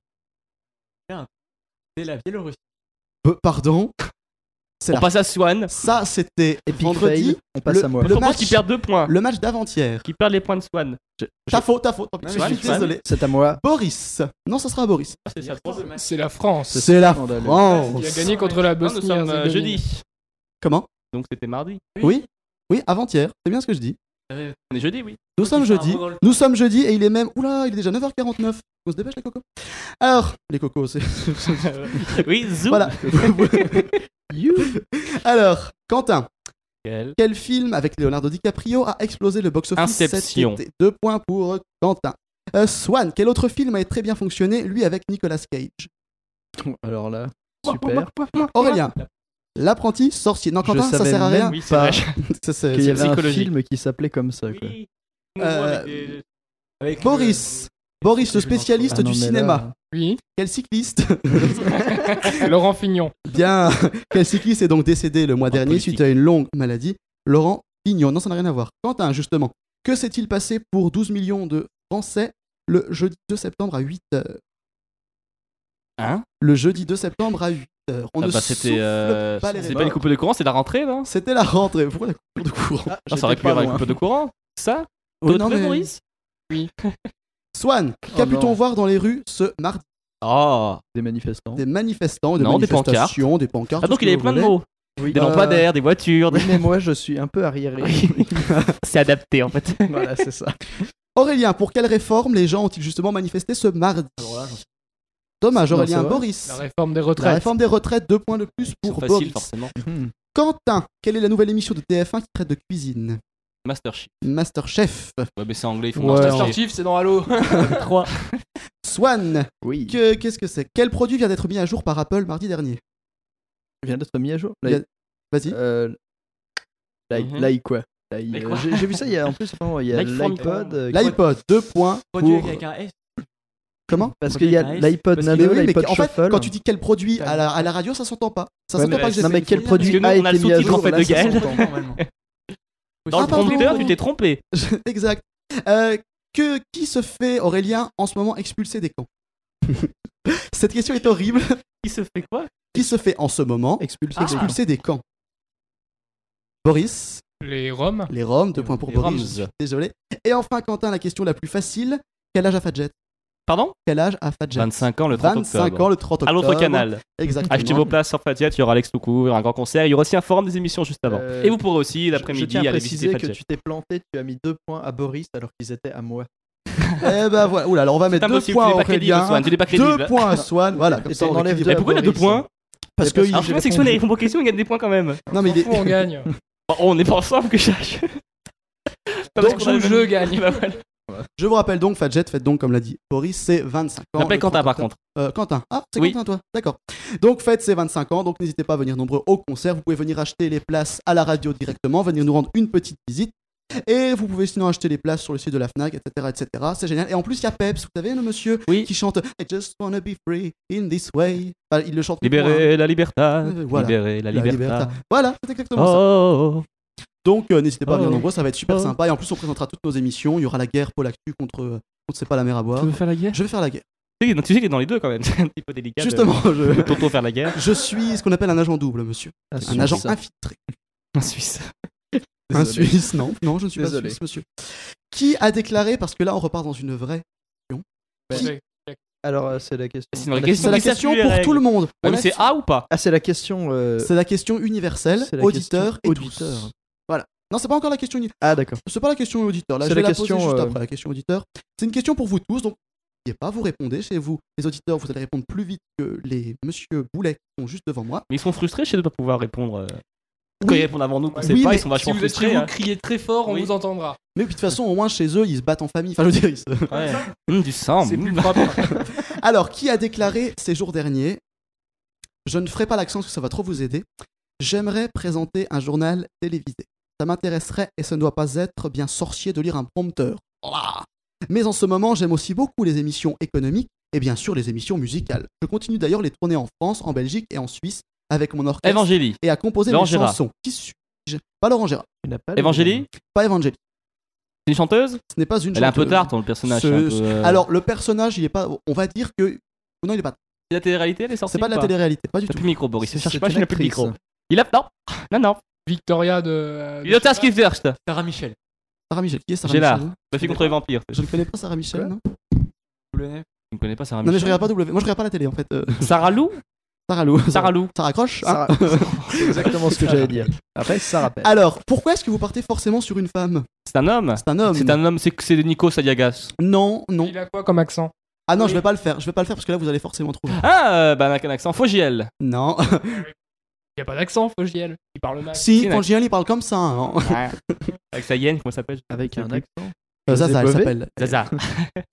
Speaker 12: C'est la Biélorussie.
Speaker 2: Euh, pardon
Speaker 3: On passe à Swan.
Speaker 2: Ça, c'était
Speaker 3: Epic
Speaker 2: vendredi.
Speaker 3: fail. On passe
Speaker 2: le,
Speaker 3: à moi.
Speaker 2: le
Speaker 3: Je pense
Speaker 2: match
Speaker 3: qu'ils perdent deux points.
Speaker 2: Le match d'avant-hier.
Speaker 3: Qui perd les points de Swan.
Speaker 2: Ta faute, ta faute. tant pis,
Speaker 3: Non,
Speaker 2: je
Speaker 3: mais je
Speaker 2: suis
Speaker 3: suis fan.
Speaker 2: désolé.
Speaker 5: C'est à moi.
Speaker 2: Boris. Non, Ah, ça sera à Boris.
Speaker 3: Ah,
Speaker 4: C'est la France.
Speaker 2: C'est la France.
Speaker 4: Il a gagné contre la Bosnie. hein,
Speaker 3: Nous sommes euh,
Speaker 4: Herzégovine.
Speaker 3: jeudi.
Speaker 2: Comment
Speaker 3: Donc c'était mardi.
Speaker 2: Oui. Oui, avant-hier. C'est bien ce que je dis.
Speaker 3: On est jeudi, oui.
Speaker 2: Nous sommes jeudi. Nous sommes jeudi et il est même. Oula, il est déjà 9h49. On se dépêche, les cocos. Alors, les cocos, c'est.
Speaker 3: *laughs* oui, zou. *laughs*
Speaker 2: Voilà. *laughs* Alors, Quentin.
Speaker 3: Quel,
Speaker 2: film avec Leonardo DiCaprio a explosé le box-office
Speaker 3: Inception.
Speaker 2: cet été Deux points pour Quentin. Euh, Swan, quel autre film a très bien fonctionné, lui avec Nicolas Cage
Speaker 5: Alors là,
Speaker 2: Super. Aurélien, l'apprenti sorcier. Non, Quentin,
Speaker 5: je
Speaker 2: ça
Speaker 5: savais
Speaker 2: sert à rien.
Speaker 5: même
Speaker 2: *laughs*
Speaker 5: pas
Speaker 2: c'est-
Speaker 5: qu'il y
Speaker 2: c'est
Speaker 5: avait un
Speaker 2: psychologique.
Speaker 5: film qui s'appelait comme ça. Quoi.
Speaker 2: Euh, Boris. Boris, le spécialiste
Speaker 5: Ah non,
Speaker 2: du
Speaker 5: mais là-
Speaker 2: cinéma.
Speaker 4: Oui.
Speaker 2: Quel cycliste
Speaker 4: Laurent Fignon.
Speaker 2: Bien, *laughs* quel cycliste est donc décédé le mois dernier suite à une longue maladie Laurent Fignon. Non, ça n'a rien à voir. Quentin, justement, que s'est-il passé pour 12 millions de Français le jeudi 2 septembre à 8 heures
Speaker 3: Hein
Speaker 2: Le jeudi 2 septembre à 8 heures. On
Speaker 3: Ah
Speaker 2: ne
Speaker 3: bah,
Speaker 2: souffle
Speaker 3: c'était. euh,
Speaker 2: pas les
Speaker 3: C'est pas les coupes de courant, c'est la rentrée, non
Speaker 2: C'était la rentrée. Pourquoi la coupe de courant
Speaker 3: Ah, ça aurait pu y avoir une coupe de courant. Ça
Speaker 2: Oui,
Speaker 3: D'autres
Speaker 2: non, mais-
Speaker 3: Boris Oui.
Speaker 2: Swan, qu'a
Speaker 3: Oh
Speaker 2: pu-t-on
Speaker 3: non.
Speaker 2: voir dans les rues ce mardi
Speaker 3: Oh
Speaker 5: Des manifestants.
Speaker 2: Des manifestants, des
Speaker 3: Non, des pancartes.
Speaker 2: manifestations, des pancartes.
Speaker 3: Ah, donc
Speaker 2: tout
Speaker 3: il
Speaker 2: ce
Speaker 3: avait
Speaker 2: que
Speaker 3: plein de
Speaker 2: vous voulez.
Speaker 3: mots. Des
Speaker 5: *laughs*
Speaker 3: lampadaires, des voitures.
Speaker 5: Oui,
Speaker 3: des-
Speaker 5: mais moi, Euh, je suis un peu arriéré.
Speaker 3: C'est adapté en *laughs* fait.
Speaker 5: *laughs* voilà, c'est ça.
Speaker 2: Aurélien, pour quelle réforme les gens ont-ils justement manifesté ce mardi Dommage,
Speaker 4: Non,
Speaker 2: Aurélien
Speaker 4: c'est vrai.
Speaker 2: Boris.
Speaker 4: La réforme des
Speaker 2: La
Speaker 4: retraites.
Speaker 2: réforme des retraites, deux points de plus pour
Speaker 3: facile,
Speaker 2: Boris.
Speaker 3: forcément.
Speaker 5: Hmm.
Speaker 2: Quentin, quelle est la nouvelle émission de TF1 qui traite de cuisine
Speaker 3: Masterchef.
Speaker 2: Masterchef.
Speaker 3: Ouais, mais c'est anglais, ils font
Speaker 2: Ouais,
Speaker 3: Masterchef.
Speaker 4: Sportif, c'est dans Halo.
Speaker 12: euh,
Speaker 3: 3.
Speaker 2: Swan,
Speaker 5: Oui.
Speaker 2: que- qu'est-ce que c'est Quel produit vient d'être mis à jour par Apple mardi dernier
Speaker 5: vient d'être mis à jour.
Speaker 2: Il y a- Vas-y.
Speaker 5: Euh, Like,
Speaker 2: Mhm.
Speaker 5: like quoi Like,
Speaker 2: Like
Speaker 5: euh,
Speaker 2: quoi
Speaker 5: J'ai j'ai vu ça il y a en plus apparemment, il y a
Speaker 2: Like Formula.
Speaker 5: l'iPod. euh, qui-
Speaker 2: L'iPod, deux points *laughs*
Speaker 5: Produit
Speaker 2: pour...
Speaker 5: avec
Speaker 12: un S.
Speaker 2: Comment
Speaker 5: Parce qu'il y a
Speaker 2: Parce
Speaker 5: l'iPod
Speaker 2: que-
Speaker 5: Nano,
Speaker 2: oui, mais
Speaker 5: l'iPod
Speaker 2: En fait,
Speaker 5: Shuffle.
Speaker 2: quand tu dis quel produit à la, à la radio, ça s'entend pas. Ça
Speaker 5: Ouais,
Speaker 2: s'entend
Speaker 5: mais-
Speaker 2: pas que j'ai
Speaker 5: non,
Speaker 2: fait
Speaker 5: mais
Speaker 2: une
Speaker 5: quel
Speaker 2: faute.
Speaker 5: produit
Speaker 3: Parce que nous,
Speaker 5: a
Speaker 3: on a
Speaker 5: été
Speaker 3: le
Speaker 5: mis à
Speaker 3: sous-titre en
Speaker 5: jour
Speaker 3: fait
Speaker 5: là,
Speaker 3: de
Speaker 5: ça
Speaker 3: Gaël.
Speaker 5: s'entend.
Speaker 12: *laughs*
Speaker 3: Dans le
Speaker 2: Ah, pardon.
Speaker 3: prompteur, tu t'es trompé.
Speaker 2: *laughs* exact. Euh, que, qui se fait, Aurélien, en ce moment expulser des
Speaker 5: *laughs*
Speaker 2: camps Cette question est horrible.
Speaker 3: Qui se fait quoi
Speaker 2: Qui se fait en ce moment expulser,
Speaker 3: des
Speaker 2: des camps Boris
Speaker 4: Les Roms.
Speaker 2: Les Roms, deux points pour
Speaker 4: Les
Speaker 2: Boris.
Speaker 4: Roms.
Speaker 2: je suis Désolé. Et enfin, Quentin, la question la plus facile. Quel âge a Fadjet
Speaker 3: Pardon
Speaker 2: Quel âge a Fadjet
Speaker 3: 25 ans le 30 octobre.
Speaker 2: 25 ans le 30
Speaker 3: À l'autre
Speaker 2: octobre.
Speaker 3: canal.
Speaker 2: Exactement.
Speaker 3: Achetez vos places sur Fatiat, il y aura Alex Toucourt, il y aura un grand concert, il y aura aussi un forum des émissions juste avant.
Speaker 5: Euh,
Speaker 3: Et vous pourrez aussi
Speaker 5: Je
Speaker 3: l'après-midi
Speaker 5: tiens à
Speaker 3: aller visiter
Speaker 5: préciser que
Speaker 3: Fatiat.
Speaker 5: tu t'es planté, tu as mis deux points à Boris alors qu'ils étaient à moi.
Speaker 2: Eh ben voilà. Oula, alors on va mettre deux
Speaker 3: impossible,
Speaker 2: points à
Speaker 3: tu n'es pas crédible,
Speaker 2: Aurélien.
Speaker 3: Swan, tu n'es pas
Speaker 2: Deux
Speaker 3: crédible.
Speaker 2: points à Swan. Voilà. Comme
Speaker 5: Et
Speaker 2: ça,
Speaker 5: t'en
Speaker 2: on
Speaker 5: enlèves
Speaker 2: récupère.
Speaker 5: deux à
Speaker 3: Mais pourquoi il a deux
Speaker 5: Boris.
Speaker 3: points
Speaker 2: Parce que
Speaker 5: Parce
Speaker 2: il-
Speaker 5: que
Speaker 3: Alors, je
Speaker 5: j'ai
Speaker 3: sais que Swan, il
Speaker 5: répondu.
Speaker 3: répond aux questions, il gagne des points quand même.
Speaker 2: ben, Non mais il est.
Speaker 4: Où on gagne
Speaker 3: Bon, on est pas ensemble
Speaker 2: *laughs*
Speaker 3: que j'arrive. Pas parce
Speaker 4: Donc
Speaker 3: qu'on a
Speaker 4: je,
Speaker 3: le même- *laughs*
Speaker 4: je gagne.
Speaker 3: Bah voilà.
Speaker 2: Je vous rappelle donc, Fadjet, faites donc comme l'a dit Boris, c'est 25 ans.
Speaker 3: J'appelle
Speaker 2: le
Speaker 3: Quentin,
Speaker 2: 30
Speaker 3: par
Speaker 2: octobre.
Speaker 3: contre.
Speaker 2: Euh, Quentin. Ah, c'est
Speaker 3: Oui.
Speaker 2: Quentin toi, d'accord. Donc faites ces 25 ans, donc n'hésitez pas à venir nombreux au concert. Vous pouvez venir acheter les places à la radio directement, venir nous rendre une petite visite. Et vous pouvez sinon acheter les places sur le site de la FNAC, etc. etc. C'est génial. Et en plus, il y a Peps, vous savez, le monsieur qui chante I just wanna be free in this way. Enfin, il le chante. tout le temps, hein.
Speaker 3: Libérer la liberté,
Speaker 2: Euh, voilà.
Speaker 3: libérer la liberté.
Speaker 2: liberta. Voilà, c'est exactement ça.
Speaker 3: Oh,
Speaker 2: Donc euh, n'hésitez pas à venir
Speaker 3: Oh.
Speaker 2: nombreux, ça va être super
Speaker 3: Oh.
Speaker 2: sympa. Et en plus, on présentera toutes nos émissions. Il y aura la guerre Pôle Actu contre. euh, contre C'est pas la mer à boire.
Speaker 3: Tu veux faire la guerre
Speaker 2: Je vais faire la guerre.
Speaker 3: Tu sais, qu'il est dans les deux quand même, *laughs* c'est un petit peu délicat. de-
Speaker 2: Justement, je-
Speaker 3: de Tonton faire
Speaker 2: *laughs*
Speaker 3: la guerre.
Speaker 2: Je suis ce qu'on appelle un agent double, monsieur.
Speaker 5: Ah,
Speaker 2: un
Speaker 5: Suisse.
Speaker 2: agent infiltré.
Speaker 3: Un Suisse.
Speaker 2: Un
Speaker 5: Désolé.
Speaker 2: Suisse, non. Non, je ne suis pas
Speaker 5: Désolé.
Speaker 2: Suisse, monsieur. Qui a déclaré, parce que là, on repart dans une vraie question. Qui-
Speaker 5: Alors euh, c'est la question.
Speaker 3: C'est une vraie
Speaker 5: La-
Speaker 3: question.
Speaker 2: C'est la
Speaker 3: qui
Speaker 2: question
Speaker 3: circule les
Speaker 2: pour
Speaker 3: règles.
Speaker 2: tout le monde.
Speaker 3: Ouais, mais
Speaker 2: On a-
Speaker 3: c'est A ou pas
Speaker 5: Ah c'est la question. euh,
Speaker 2: C'est la question universelle,
Speaker 5: c'est la
Speaker 2: auditeur
Speaker 5: question
Speaker 2: et tous.
Speaker 5: auditeur.
Speaker 2: Voilà. Non, c'est pas encore la question universelle.
Speaker 5: Ah d'accord.
Speaker 2: C'est pas la question auditeur. Là,
Speaker 5: C'est
Speaker 2: je vais la,
Speaker 5: la
Speaker 2: poser
Speaker 5: question,
Speaker 2: juste
Speaker 5: euh,
Speaker 2: après, la question auditeur. C'est une question pour vous tous, donc n'oubliez pas, vous répondez chez vous. Les auditeurs, vous allez répondre plus vite que les monsieur Boulet qui sont juste devant moi.
Speaker 3: Mais ils sont frustrés chez de ne pas pouvoir répondre. euh, Quand ils répondent avant nous, on sait
Speaker 2: Oui,
Speaker 3: pas,
Speaker 2: mais
Speaker 3: ils sont vachement
Speaker 4: si vous êtes chez
Speaker 3: frustrés.
Speaker 4: vous,
Speaker 3: hein.
Speaker 4: criez très fort, on
Speaker 3: Oui.
Speaker 4: vous entendra.
Speaker 2: Mais puis de toute façon, au moins chez eux, ils se battent en famille. Enfin, je veux dire, ils se-
Speaker 3: Ouais. Mmh, du sang.
Speaker 4: C'est
Speaker 3: mmh.
Speaker 4: plus propre.
Speaker 2: Alors, qui a déclaré ces jours derniers Je ne ferai pas l'accent parce que ça va trop vous aider. J'aimerais présenter un journal télévisé. Ça m'intéresserait et ce ne doit pas être bien sorcier de lire un prompteur. Ouah. Mais en ce moment, j'aime aussi beaucoup les émissions économiques et bien sûr les émissions musicales. Je continue d'ailleurs les tournées en France, en Belgique et en Suisse avec mon orchestre
Speaker 3: Evangélie.
Speaker 2: et à composer
Speaker 3: Laurent
Speaker 2: mes
Speaker 3: Gérard.
Speaker 2: chansons. Qui suis-je Pas Laurent Gérard,
Speaker 5: Tu n'as pas le-
Speaker 3: Evangélie
Speaker 2: pas Evangélie.
Speaker 3: C'est une chanteuse
Speaker 2: Ce n'est pas une
Speaker 3: Elle est un peu
Speaker 2: chanteuse.
Speaker 3: tarte, hein, le personnage.
Speaker 2: Ce-
Speaker 3: c'est un peu, euh,
Speaker 2: Alors, le personnage, il est pas. On va dire que. Non, il est pas.
Speaker 3: C'est de la télé-réalité, elle est sortie
Speaker 2: C'est pas de
Speaker 3: ou
Speaker 2: la télé-réalité, pas du
Speaker 3: T'as
Speaker 2: tout.
Speaker 3: plus le micro, Boris. Je cherche
Speaker 5: C'est
Speaker 3: pas,
Speaker 5: une
Speaker 3: je n'ai plus le
Speaker 5: actrice.
Speaker 3: micro. Il a. Non, non, non.
Speaker 4: Victoria de.
Speaker 3: Il a tasqué first.
Speaker 12: Sarah Michel.
Speaker 2: Sarah Michel, qui est Sarah
Speaker 3: J'ai là.
Speaker 2: Michel
Speaker 3: Buffy contre les vampires.
Speaker 2: Je ne connais pas Sarah Michel, non
Speaker 3: Tu ne connais pas Sarah
Speaker 2: Non, mais
Speaker 3: Michel
Speaker 2: je regarde pas W. Moi, je regarde pas la télé, en fait. euh.
Speaker 3: Sarah Lou
Speaker 2: Sarah Lou.
Speaker 3: Sarah Lou.
Speaker 2: Ça Ah, raccroche hein
Speaker 5: Sarah- Ah. *laughs* C'est exactement ce que j'allais dire. Après, ça rappelle.
Speaker 2: Alors, pourquoi est-ce que vous partez forcément sur une femme
Speaker 3: C'est un homme
Speaker 2: C'est un homme.
Speaker 3: C'est un homme, c'est c'est Nico Sadiagas.
Speaker 2: Non, non.
Speaker 4: Il a quoi comme accent
Speaker 2: Ah non, je vais pas le faire. Je vais pas le faire parce que là, vous allez forcément trouver.
Speaker 3: Ah, euh, bah, avec un accent Fogiel.
Speaker 2: Non.
Speaker 4: Il y a pas d'accent, Fogiel. Il parle mal.
Speaker 2: *laughs* si, quand Giel, il parle comme ça. hein.
Speaker 3: Avec sa hyène, comment ça s'appelle
Speaker 5: Avec un accent.
Speaker 2: Euh, Zaza, elle
Speaker 5: José Bové
Speaker 2: s'appelle.
Speaker 3: Zaza.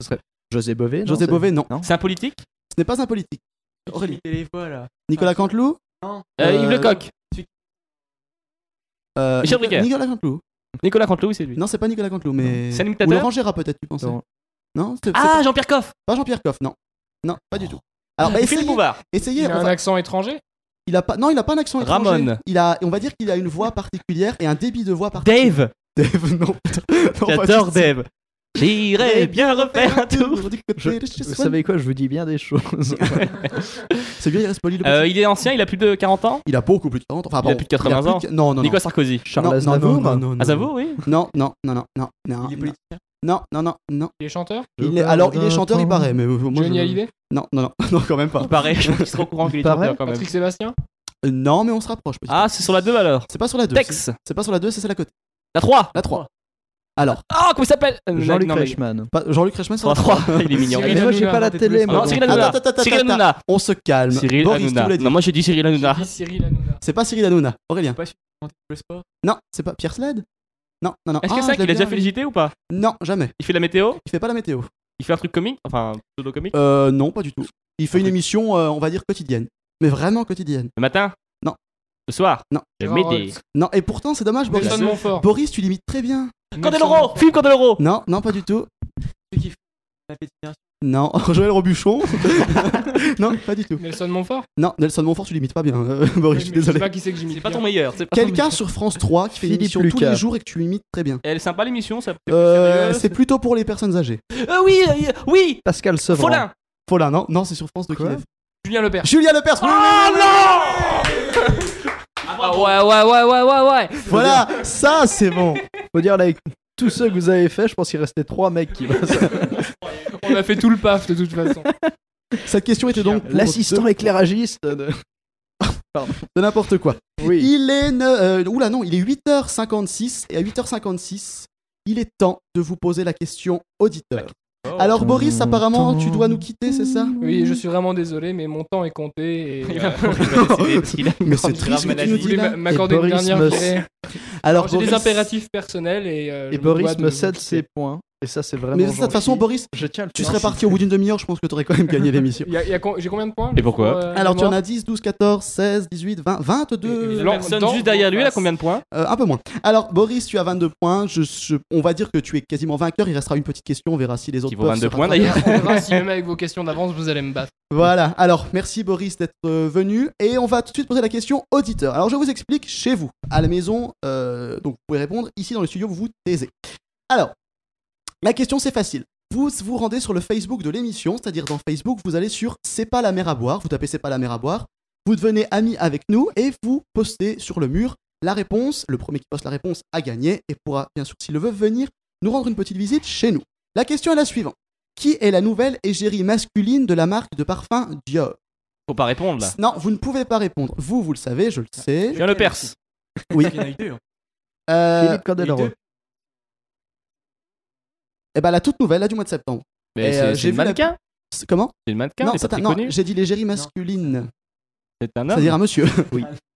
Speaker 5: Ce serait José Bové. non,
Speaker 2: José
Speaker 5: c'est-
Speaker 2: Bové, non.
Speaker 3: C'est un politique
Speaker 2: Ce n'est pas un politique. Aurélie.
Speaker 12: les voix là.
Speaker 3: Ah.
Speaker 2: Nicolas Canteloup
Speaker 12: Non.
Speaker 3: Euh, Yves Lecoq.
Speaker 2: Euh,
Speaker 3: Michel Drucker.
Speaker 2: Nicolas Canteloup.
Speaker 3: Nicolas Canteloup, c'est lui.
Speaker 2: Non, c'est pas Nicolas Canteloup, mais.
Speaker 3: C'est un
Speaker 2: Ou
Speaker 3: imitateur
Speaker 2: Laurent Gérard, peut-être, tu pensais.
Speaker 5: Non.
Speaker 2: Non c'est- c'est
Speaker 3: Ah,
Speaker 2: pas-
Speaker 3: Jean-Pierre Coff
Speaker 2: Pas Jean-Pierre Coff, non. Non, pas du tout. Alors, bah,
Speaker 3: Philippe
Speaker 2: essayez,
Speaker 3: Bouvard.
Speaker 2: essayez,
Speaker 4: Il a un
Speaker 2: enfin,
Speaker 4: accent étranger
Speaker 2: il a pas, non, il a pas un accent étranger.
Speaker 3: Ramon.
Speaker 2: Il a, on va dire qu'il a une voix particulière et un débit de voix particulier.
Speaker 3: Dave
Speaker 2: Dave, non. putain. Non,
Speaker 3: *laughs*
Speaker 2: pas
Speaker 3: J'adore
Speaker 2: du tout.
Speaker 3: Dave J'irai bien refaire un tour
Speaker 2: Du côté de chez
Speaker 5: Vous
Speaker 2: Swan.
Speaker 5: savez quoi, je vous dis bien
Speaker 2: *laughs*
Speaker 5: des choses.
Speaker 2: C'est bien, il reste poli. le
Speaker 3: Euh,
Speaker 2: petit.
Speaker 3: Il est ancien, il a plus de 40 ans
Speaker 2: Il a beaucoup plus de 40 Enfin,
Speaker 3: Il a
Speaker 2: bon,
Speaker 3: plus de 80 ans
Speaker 2: plus de- Non, non, non.
Speaker 3: Nicolas Sarkozy.
Speaker 5: Charles
Speaker 2: Non, non,
Speaker 5: Aznavour
Speaker 2: non, non, non, non.
Speaker 3: Azavo, oui
Speaker 2: Non, non, non, non, non, non.
Speaker 12: Il est
Speaker 2: non.
Speaker 12: politicien.
Speaker 2: Non, non, non, non.
Speaker 4: Il est chanteur
Speaker 2: Il est, alors, il est chanteur, il paraît, mais euh, moi.
Speaker 4: Johnny
Speaker 2: je-
Speaker 4: Hallyday
Speaker 2: Non, non, non, non, quand même pas.
Speaker 3: Il paraît, je pense qu'il sera au courant qu'il est
Speaker 5: Paraît
Speaker 3: chanteur quand même.
Speaker 4: Patrick Sébastien
Speaker 2: Euh, Non, mais on se rapproche. petit.
Speaker 3: Ah, c'est sur la 2 alors
Speaker 2: C'est pas sur la 2.
Speaker 3: Tex
Speaker 2: C'est pas sur la 2, c'est celle à côté.
Speaker 3: La 3
Speaker 2: La 3. Alors,
Speaker 3: Ah, comment il s'appelle Euh,
Speaker 5: Jean-Luc
Speaker 3: non, mais-
Speaker 5: Reichmann.
Speaker 2: pas- Jean-Luc Reichmann, c'est
Speaker 3: Sur la
Speaker 2: la 3. *laughs*
Speaker 3: 3, *laughs* il est mignon.
Speaker 4: Cyril
Speaker 5: Mais moi, j'ai
Speaker 4: Hanouna,
Speaker 5: pas la
Speaker 4: t'es
Speaker 5: télé,
Speaker 4: désolé.
Speaker 5: moi.
Speaker 3: Non, Cyril
Speaker 2: Attends,
Speaker 3: Hanouna
Speaker 2: attends, attends,
Speaker 3: Cyril
Speaker 2: attends.
Speaker 3: Hanouna
Speaker 2: On se calme.
Speaker 3: Cyril
Speaker 2: Boris, tu Ah,
Speaker 3: Hanouna.
Speaker 2: voulais dire.
Speaker 3: Non, moi j'ai dit Cyril Hanouna.
Speaker 4: J'ai dit Cyril Hanouna.
Speaker 2: C'est pas Cyril Hanouna. Aurélien.
Speaker 12: Pas sur le sport.
Speaker 2: Non, c'est pas Pierre Sled Non, non, non.
Speaker 3: Est-ce
Speaker 2: Ah,
Speaker 3: que
Speaker 2: je
Speaker 3: ça,
Speaker 2: l'ai
Speaker 3: qu'il a déjà
Speaker 2: bien,
Speaker 3: fait les JT ou pas
Speaker 2: lui. Non, jamais.
Speaker 3: Il fait la météo
Speaker 2: Il fait pas la météo.
Speaker 3: Il fait un truc comique Enfin, pseudo-comique
Speaker 2: Euh, non, pas du tout. Il fait une émission, euh, on va dire, quotidienne. Mais vraiment quotidienne.
Speaker 3: Le matin
Speaker 2: Non.
Speaker 3: Le soir
Speaker 2: Non.
Speaker 3: Le
Speaker 4: Gérard
Speaker 3: midi
Speaker 2: Non, et pourtant, c'est dommage, Boris.
Speaker 4: Nelson Montfort.
Speaker 2: Boris, tu l'imites très bien.
Speaker 3: Candeloro Film Candeloro
Speaker 2: euh, Non, non, pas du tout.
Speaker 12: Celui qui fait la pétition.
Speaker 2: Non, *laughs* Joël Robuchon. non, pas du tout.
Speaker 4: Nelson Montfort
Speaker 2: Non, Nelson Montfort, tu l'imites pas bien,
Speaker 3: *laughs*
Speaker 2: euh, Boris, je suis
Speaker 4: Mais Je sais
Speaker 2: désolé.
Speaker 4: pas qui c'est que j'imite. hein.
Speaker 3: C'est pas
Speaker 4: bien.
Speaker 3: ton meilleur. c'est pas
Speaker 2: *laughs*
Speaker 3: ton
Speaker 2: Quelqu'un sur France 3 qui fait une
Speaker 5: Philippe
Speaker 2: émission tous
Speaker 5: Lucas.
Speaker 2: les jours et que tu imites très bien.
Speaker 3: Elle est sympa l'émission, ça peut
Speaker 2: Euh, c'est plutôt pour les personnes âgées.
Speaker 3: Euh, oui, euh, oui
Speaker 5: Pascal Sevran.
Speaker 3: *laughs* Follin
Speaker 2: Paulin, non, non, c'est sur France 2 qu'il
Speaker 5: Quoi
Speaker 2: est.
Speaker 4: Julien Lepers.
Speaker 2: Julien Lepers, oui, oui, oui,
Speaker 3: Ah ouais, ouais, ouais, ouais, ouais, ouais
Speaker 2: Voilà, ça c'est bon.
Speaker 5: Faut dire, là, avec tous ceux que vous avez fait, je pense qu'il restait trois mecs
Speaker 2: *laughs*
Speaker 5: qui passent.
Speaker 4: On a fait tout le paf de toute façon.
Speaker 2: Cette question était donc pour
Speaker 5: L'assistant éclairagiste de.
Speaker 2: de n'importe quoi.
Speaker 5: *laughs* Oui.
Speaker 2: Il est ne- euh, oula non, il est 8h56 et à 8h56, il est temps de vous poser la question auditeur. Alors Boris, apparemment, tu dois nous quitter, c'est ça
Speaker 4: Oui, je suis vraiment désolé, mais mon temps est compté et. euh,
Speaker 2: *laughs* Mais c'est
Speaker 3: grave
Speaker 2: triste que tu
Speaker 3: maladie.
Speaker 2: nous
Speaker 4: vous
Speaker 2: dis
Speaker 4: voulez
Speaker 2: là.
Speaker 4: m'a- m'accorder
Speaker 5: Et
Speaker 4: une
Speaker 5: Boris
Speaker 4: dernière
Speaker 5: me-
Speaker 4: virée
Speaker 2: Alors
Speaker 4: J'ai des
Speaker 2: Boris-
Speaker 4: impérages personnels et. euh, je
Speaker 5: Et
Speaker 4: me
Speaker 5: Boris
Speaker 4: dois de
Speaker 5: me
Speaker 4: vous
Speaker 5: cède
Speaker 4: quitter.
Speaker 5: ses points. Et ça, c'est vraiment.
Speaker 2: Mais de toute
Speaker 5: gentil.
Speaker 2: façon, Boris,
Speaker 5: je tiens à le
Speaker 2: tu
Speaker 5: faire.
Speaker 2: serais parti au bout d'une demi-heure, je pense que tu aurais quand même gagné l'émission.
Speaker 4: Y a- y a con- J'ai combien de points
Speaker 3: Et pourquoi
Speaker 4: pour, euh,
Speaker 2: Alors tu en
Speaker 4: mémoire
Speaker 2: as 10, 12, 14, 16, 18, 20, 22,
Speaker 4: Et- et-
Speaker 3: La personne
Speaker 4: Dans-
Speaker 3: juste derrière lui, elle a combien de points
Speaker 2: Euh, un peu moins. Alors, Boris, tu as 22 points. Je, je- on va dire que tu es quasiment vainqueur. Il restera une petite question. On verra si les autres.
Speaker 3: Qui vaut
Speaker 2: peuvent
Speaker 3: 22
Speaker 2: se
Speaker 3: points,
Speaker 2: rattraper.
Speaker 3: d'ailleurs.
Speaker 2: *laughs*
Speaker 4: On verra si même avec vos questions d'avance, vous allez me battre.
Speaker 2: Voilà. Alors, merci Boris d'être euh, venu. Et on va tout de suite poser la question auditeur. Alors, je vous explique chez vous, à la maison. euh, donc, vous pouvez répondre. Ici, dans le studio, vous vous taisez. Alors, la question, c'est facile. Vous vous rendez sur le Facebook de l'émission, c'est-à-dire dans Facebook, vous allez sur C'est pas la mer à boire. Vous tapez C'est pas la mer à boire. Vous devenez ami avec nous et vous postez sur le mur la réponse. Le premier qui poste la réponse a gagné et pourra, bien sûr, s'il le veut, venir nous rendre une petite visite chez nous. La question est la suivante. Qui est la nouvelle égérie masculine de la marque de parfum Dior
Speaker 3: Faut pas répondre là. Ah,
Speaker 2: Non, vous ne pouvez pas répondre. Vous, vous le savez, je le sais.
Speaker 3: Viens le Perse.
Speaker 2: Oui.
Speaker 12: Il y en a eu deux. hein.
Speaker 2: Euh,
Speaker 5: Philippe Candeloro.
Speaker 12: les deux.
Speaker 2: eh ben, la toute nouvelle, là, du mois de septembre. Et,
Speaker 3: Mais
Speaker 2: euh,
Speaker 3: c'est-
Speaker 2: j'ai
Speaker 3: c'est une
Speaker 2: vu la-
Speaker 3: mannequin
Speaker 2: C'est- Comment
Speaker 3: C'est une mannequin,
Speaker 2: Non,
Speaker 3: elle est pas
Speaker 2: c'est un-
Speaker 3: très
Speaker 2: non,
Speaker 3: connue.
Speaker 2: j'ai dit l'égérie masculine.
Speaker 3: C'est un
Speaker 2: C'est-à-dire
Speaker 3: homme
Speaker 2: un monsieur.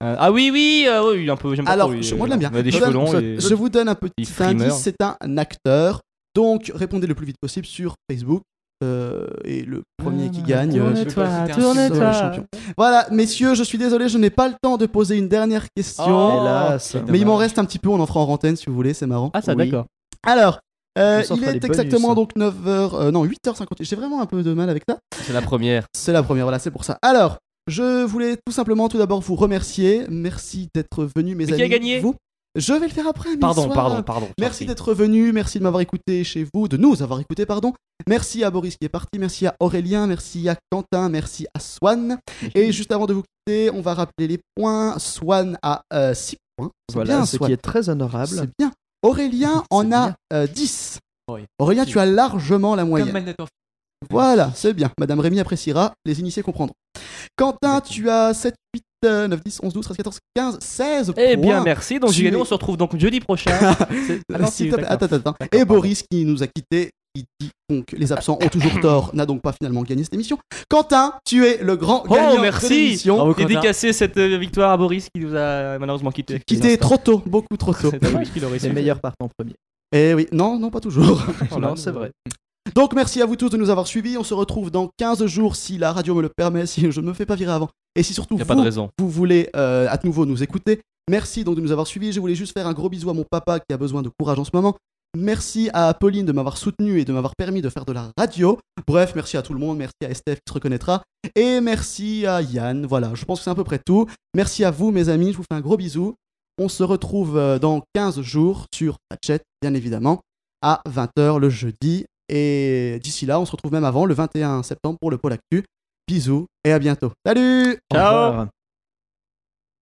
Speaker 3: Euh, Ah oui, oui, euh, oui, il est un peu, j'aime pas
Speaker 2: Alors,
Speaker 3: trop, lui,
Speaker 2: je-
Speaker 3: euh,
Speaker 2: moi, je l'aime bien.
Speaker 3: Il a des
Speaker 2: Je
Speaker 3: cheveux
Speaker 2: donne-
Speaker 3: longs,
Speaker 2: je,
Speaker 3: il est-
Speaker 2: je vous donne un
Speaker 3: il
Speaker 2: petit
Speaker 3: frimeur.
Speaker 2: indice, c'est un acteur. Donc, répondez le plus vite possible sur Facebook. euh, et le premier qui gagne euh,
Speaker 12: Tourne-toi,
Speaker 2: sera le champion. Voilà, messieurs, je suis désolé, je n'ai pas le temps de poser une dernière question.
Speaker 5: Oh, Hélas.
Speaker 2: mais il m'en reste un petit peu, on en fera en rantaine si vous voulez, c'est marrant.
Speaker 3: Ah ça,
Speaker 5: Oui.
Speaker 3: d'accord.
Speaker 2: Alors, euh,
Speaker 5: On s'en
Speaker 2: il
Speaker 5: fera
Speaker 2: est
Speaker 5: des
Speaker 2: exactement
Speaker 5: bonus.
Speaker 2: donc 9h, euh, non 8h50. J'ai vraiment un peu de mal avec ça.
Speaker 3: C'est la première.
Speaker 2: C'est la première, voilà, c'est pour ça. Alors, je voulais tout simplement tout d'abord vous remercier. Merci d'être venu, mes
Speaker 3: Mais qui
Speaker 2: amis.
Speaker 3: a gagné
Speaker 2: Vous Je vais le faire après. mais
Speaker 3: Pardon,
Speaker 2: soir.
Speaker 3: pardon, pardon,
Speaker 2: Merci d'être venu, merci de m'avoir écouté chez vous, de nous avoir écouté, pardon. Merci à Boris qui est parti, merci à Aurélien, merci à Quentin, merci à Swan. Et juste avant de vous quitter, on va rappeler les points. Swan a 6 points. C'est
Speaker 5: Voilà,
Speaker 2: bien,
Speaker 5: ce
Speaker 2: Swan.
Speaker 5: qui est très honorable.
Speaker 2: C'est bien.
Speaker 3: *laughs*
Speaker 2: Aurélien en a 10. Aurélien, tu as largement la moyenne. Voilà, c'est bien. Madame Rémy appréciera, les initiés comprendront. Quentin, tu as euh, 7, 8, 9, 10, 11, 12, 13, 14, 15, 16 points.
Speaker 3: Eh bien, merci. Donc,
Speaker 2: Tu
Speaker 3: Julien,
Speaker 2: es-
Speaker 3: nous, on se retrouve donc
Speaker 2: *laughs*
Speaker 3: jeudi prochain. C'est- Ah non,
Speaker 2: S'il
Speaker 3: si,
Speaker 2: te plaît,
Speaker 3: d'accord.
Speaker 2: attends, attends, attends. Et Boris qui nous a quittés, qui dit donc les absents ont toujours tort, n'a donc pas finalement gagné cette émission. Quentin, tu es le grand gagnant
Speaker 3: Oh,
Speaker 2: de
Speaker 3: merci.
Speaker 2: l'émission.
Speaker 3: Dédicacé cette euh, victoire à Boris qui nous a malheureusement quitté.
Speaker 2: Quitté trop tôt, beaucoup trop tôt.
Speaker 3: C'est dommage qu'il aurait su. *laughs*
Speaker 5: Les meilleurs partent en premier.
Speaker 2: Eh oui, non, non, pas toujours.
Speaker 5: Non, c'est vrai.
Speaker 2: Donc merci à vous tous de nous avoir suivis. On se retrouve dans 15 jours si la radio me le permet, si je ne me fais pas virer avant. Et si surtout
Speaker 3: Y a
Speaker 2: vous,
Speaker 3: pas de raison.
Speaker 2: vous voulez euh, à nouveau nous écouter, merci donc de nous avoir suivis. Je voulais juste faire un gros bisou à mon papa qui a besoin de courage en ce moment. Merci à Pauline de m'avoir soutenu et de m'avoir permis de faire de la radio. Bref, merci à tout le monde, merci à Estef qui se reconnaîtra. Et merci à Yann, voilà, je pense que c'est à peu près tout. Merci à vous mes amis, je vous fais un gros bisou. On se retrouve euh, dans 15 jours sur Patchet, bien évidemment, à 20h le jeudi. Et d'ici là, on se retrouve même avant, le 21 septembre, pour le Pôle Actu. Bisous et à bientôt. Salut
Speaker 5: Ciao. Au revoir.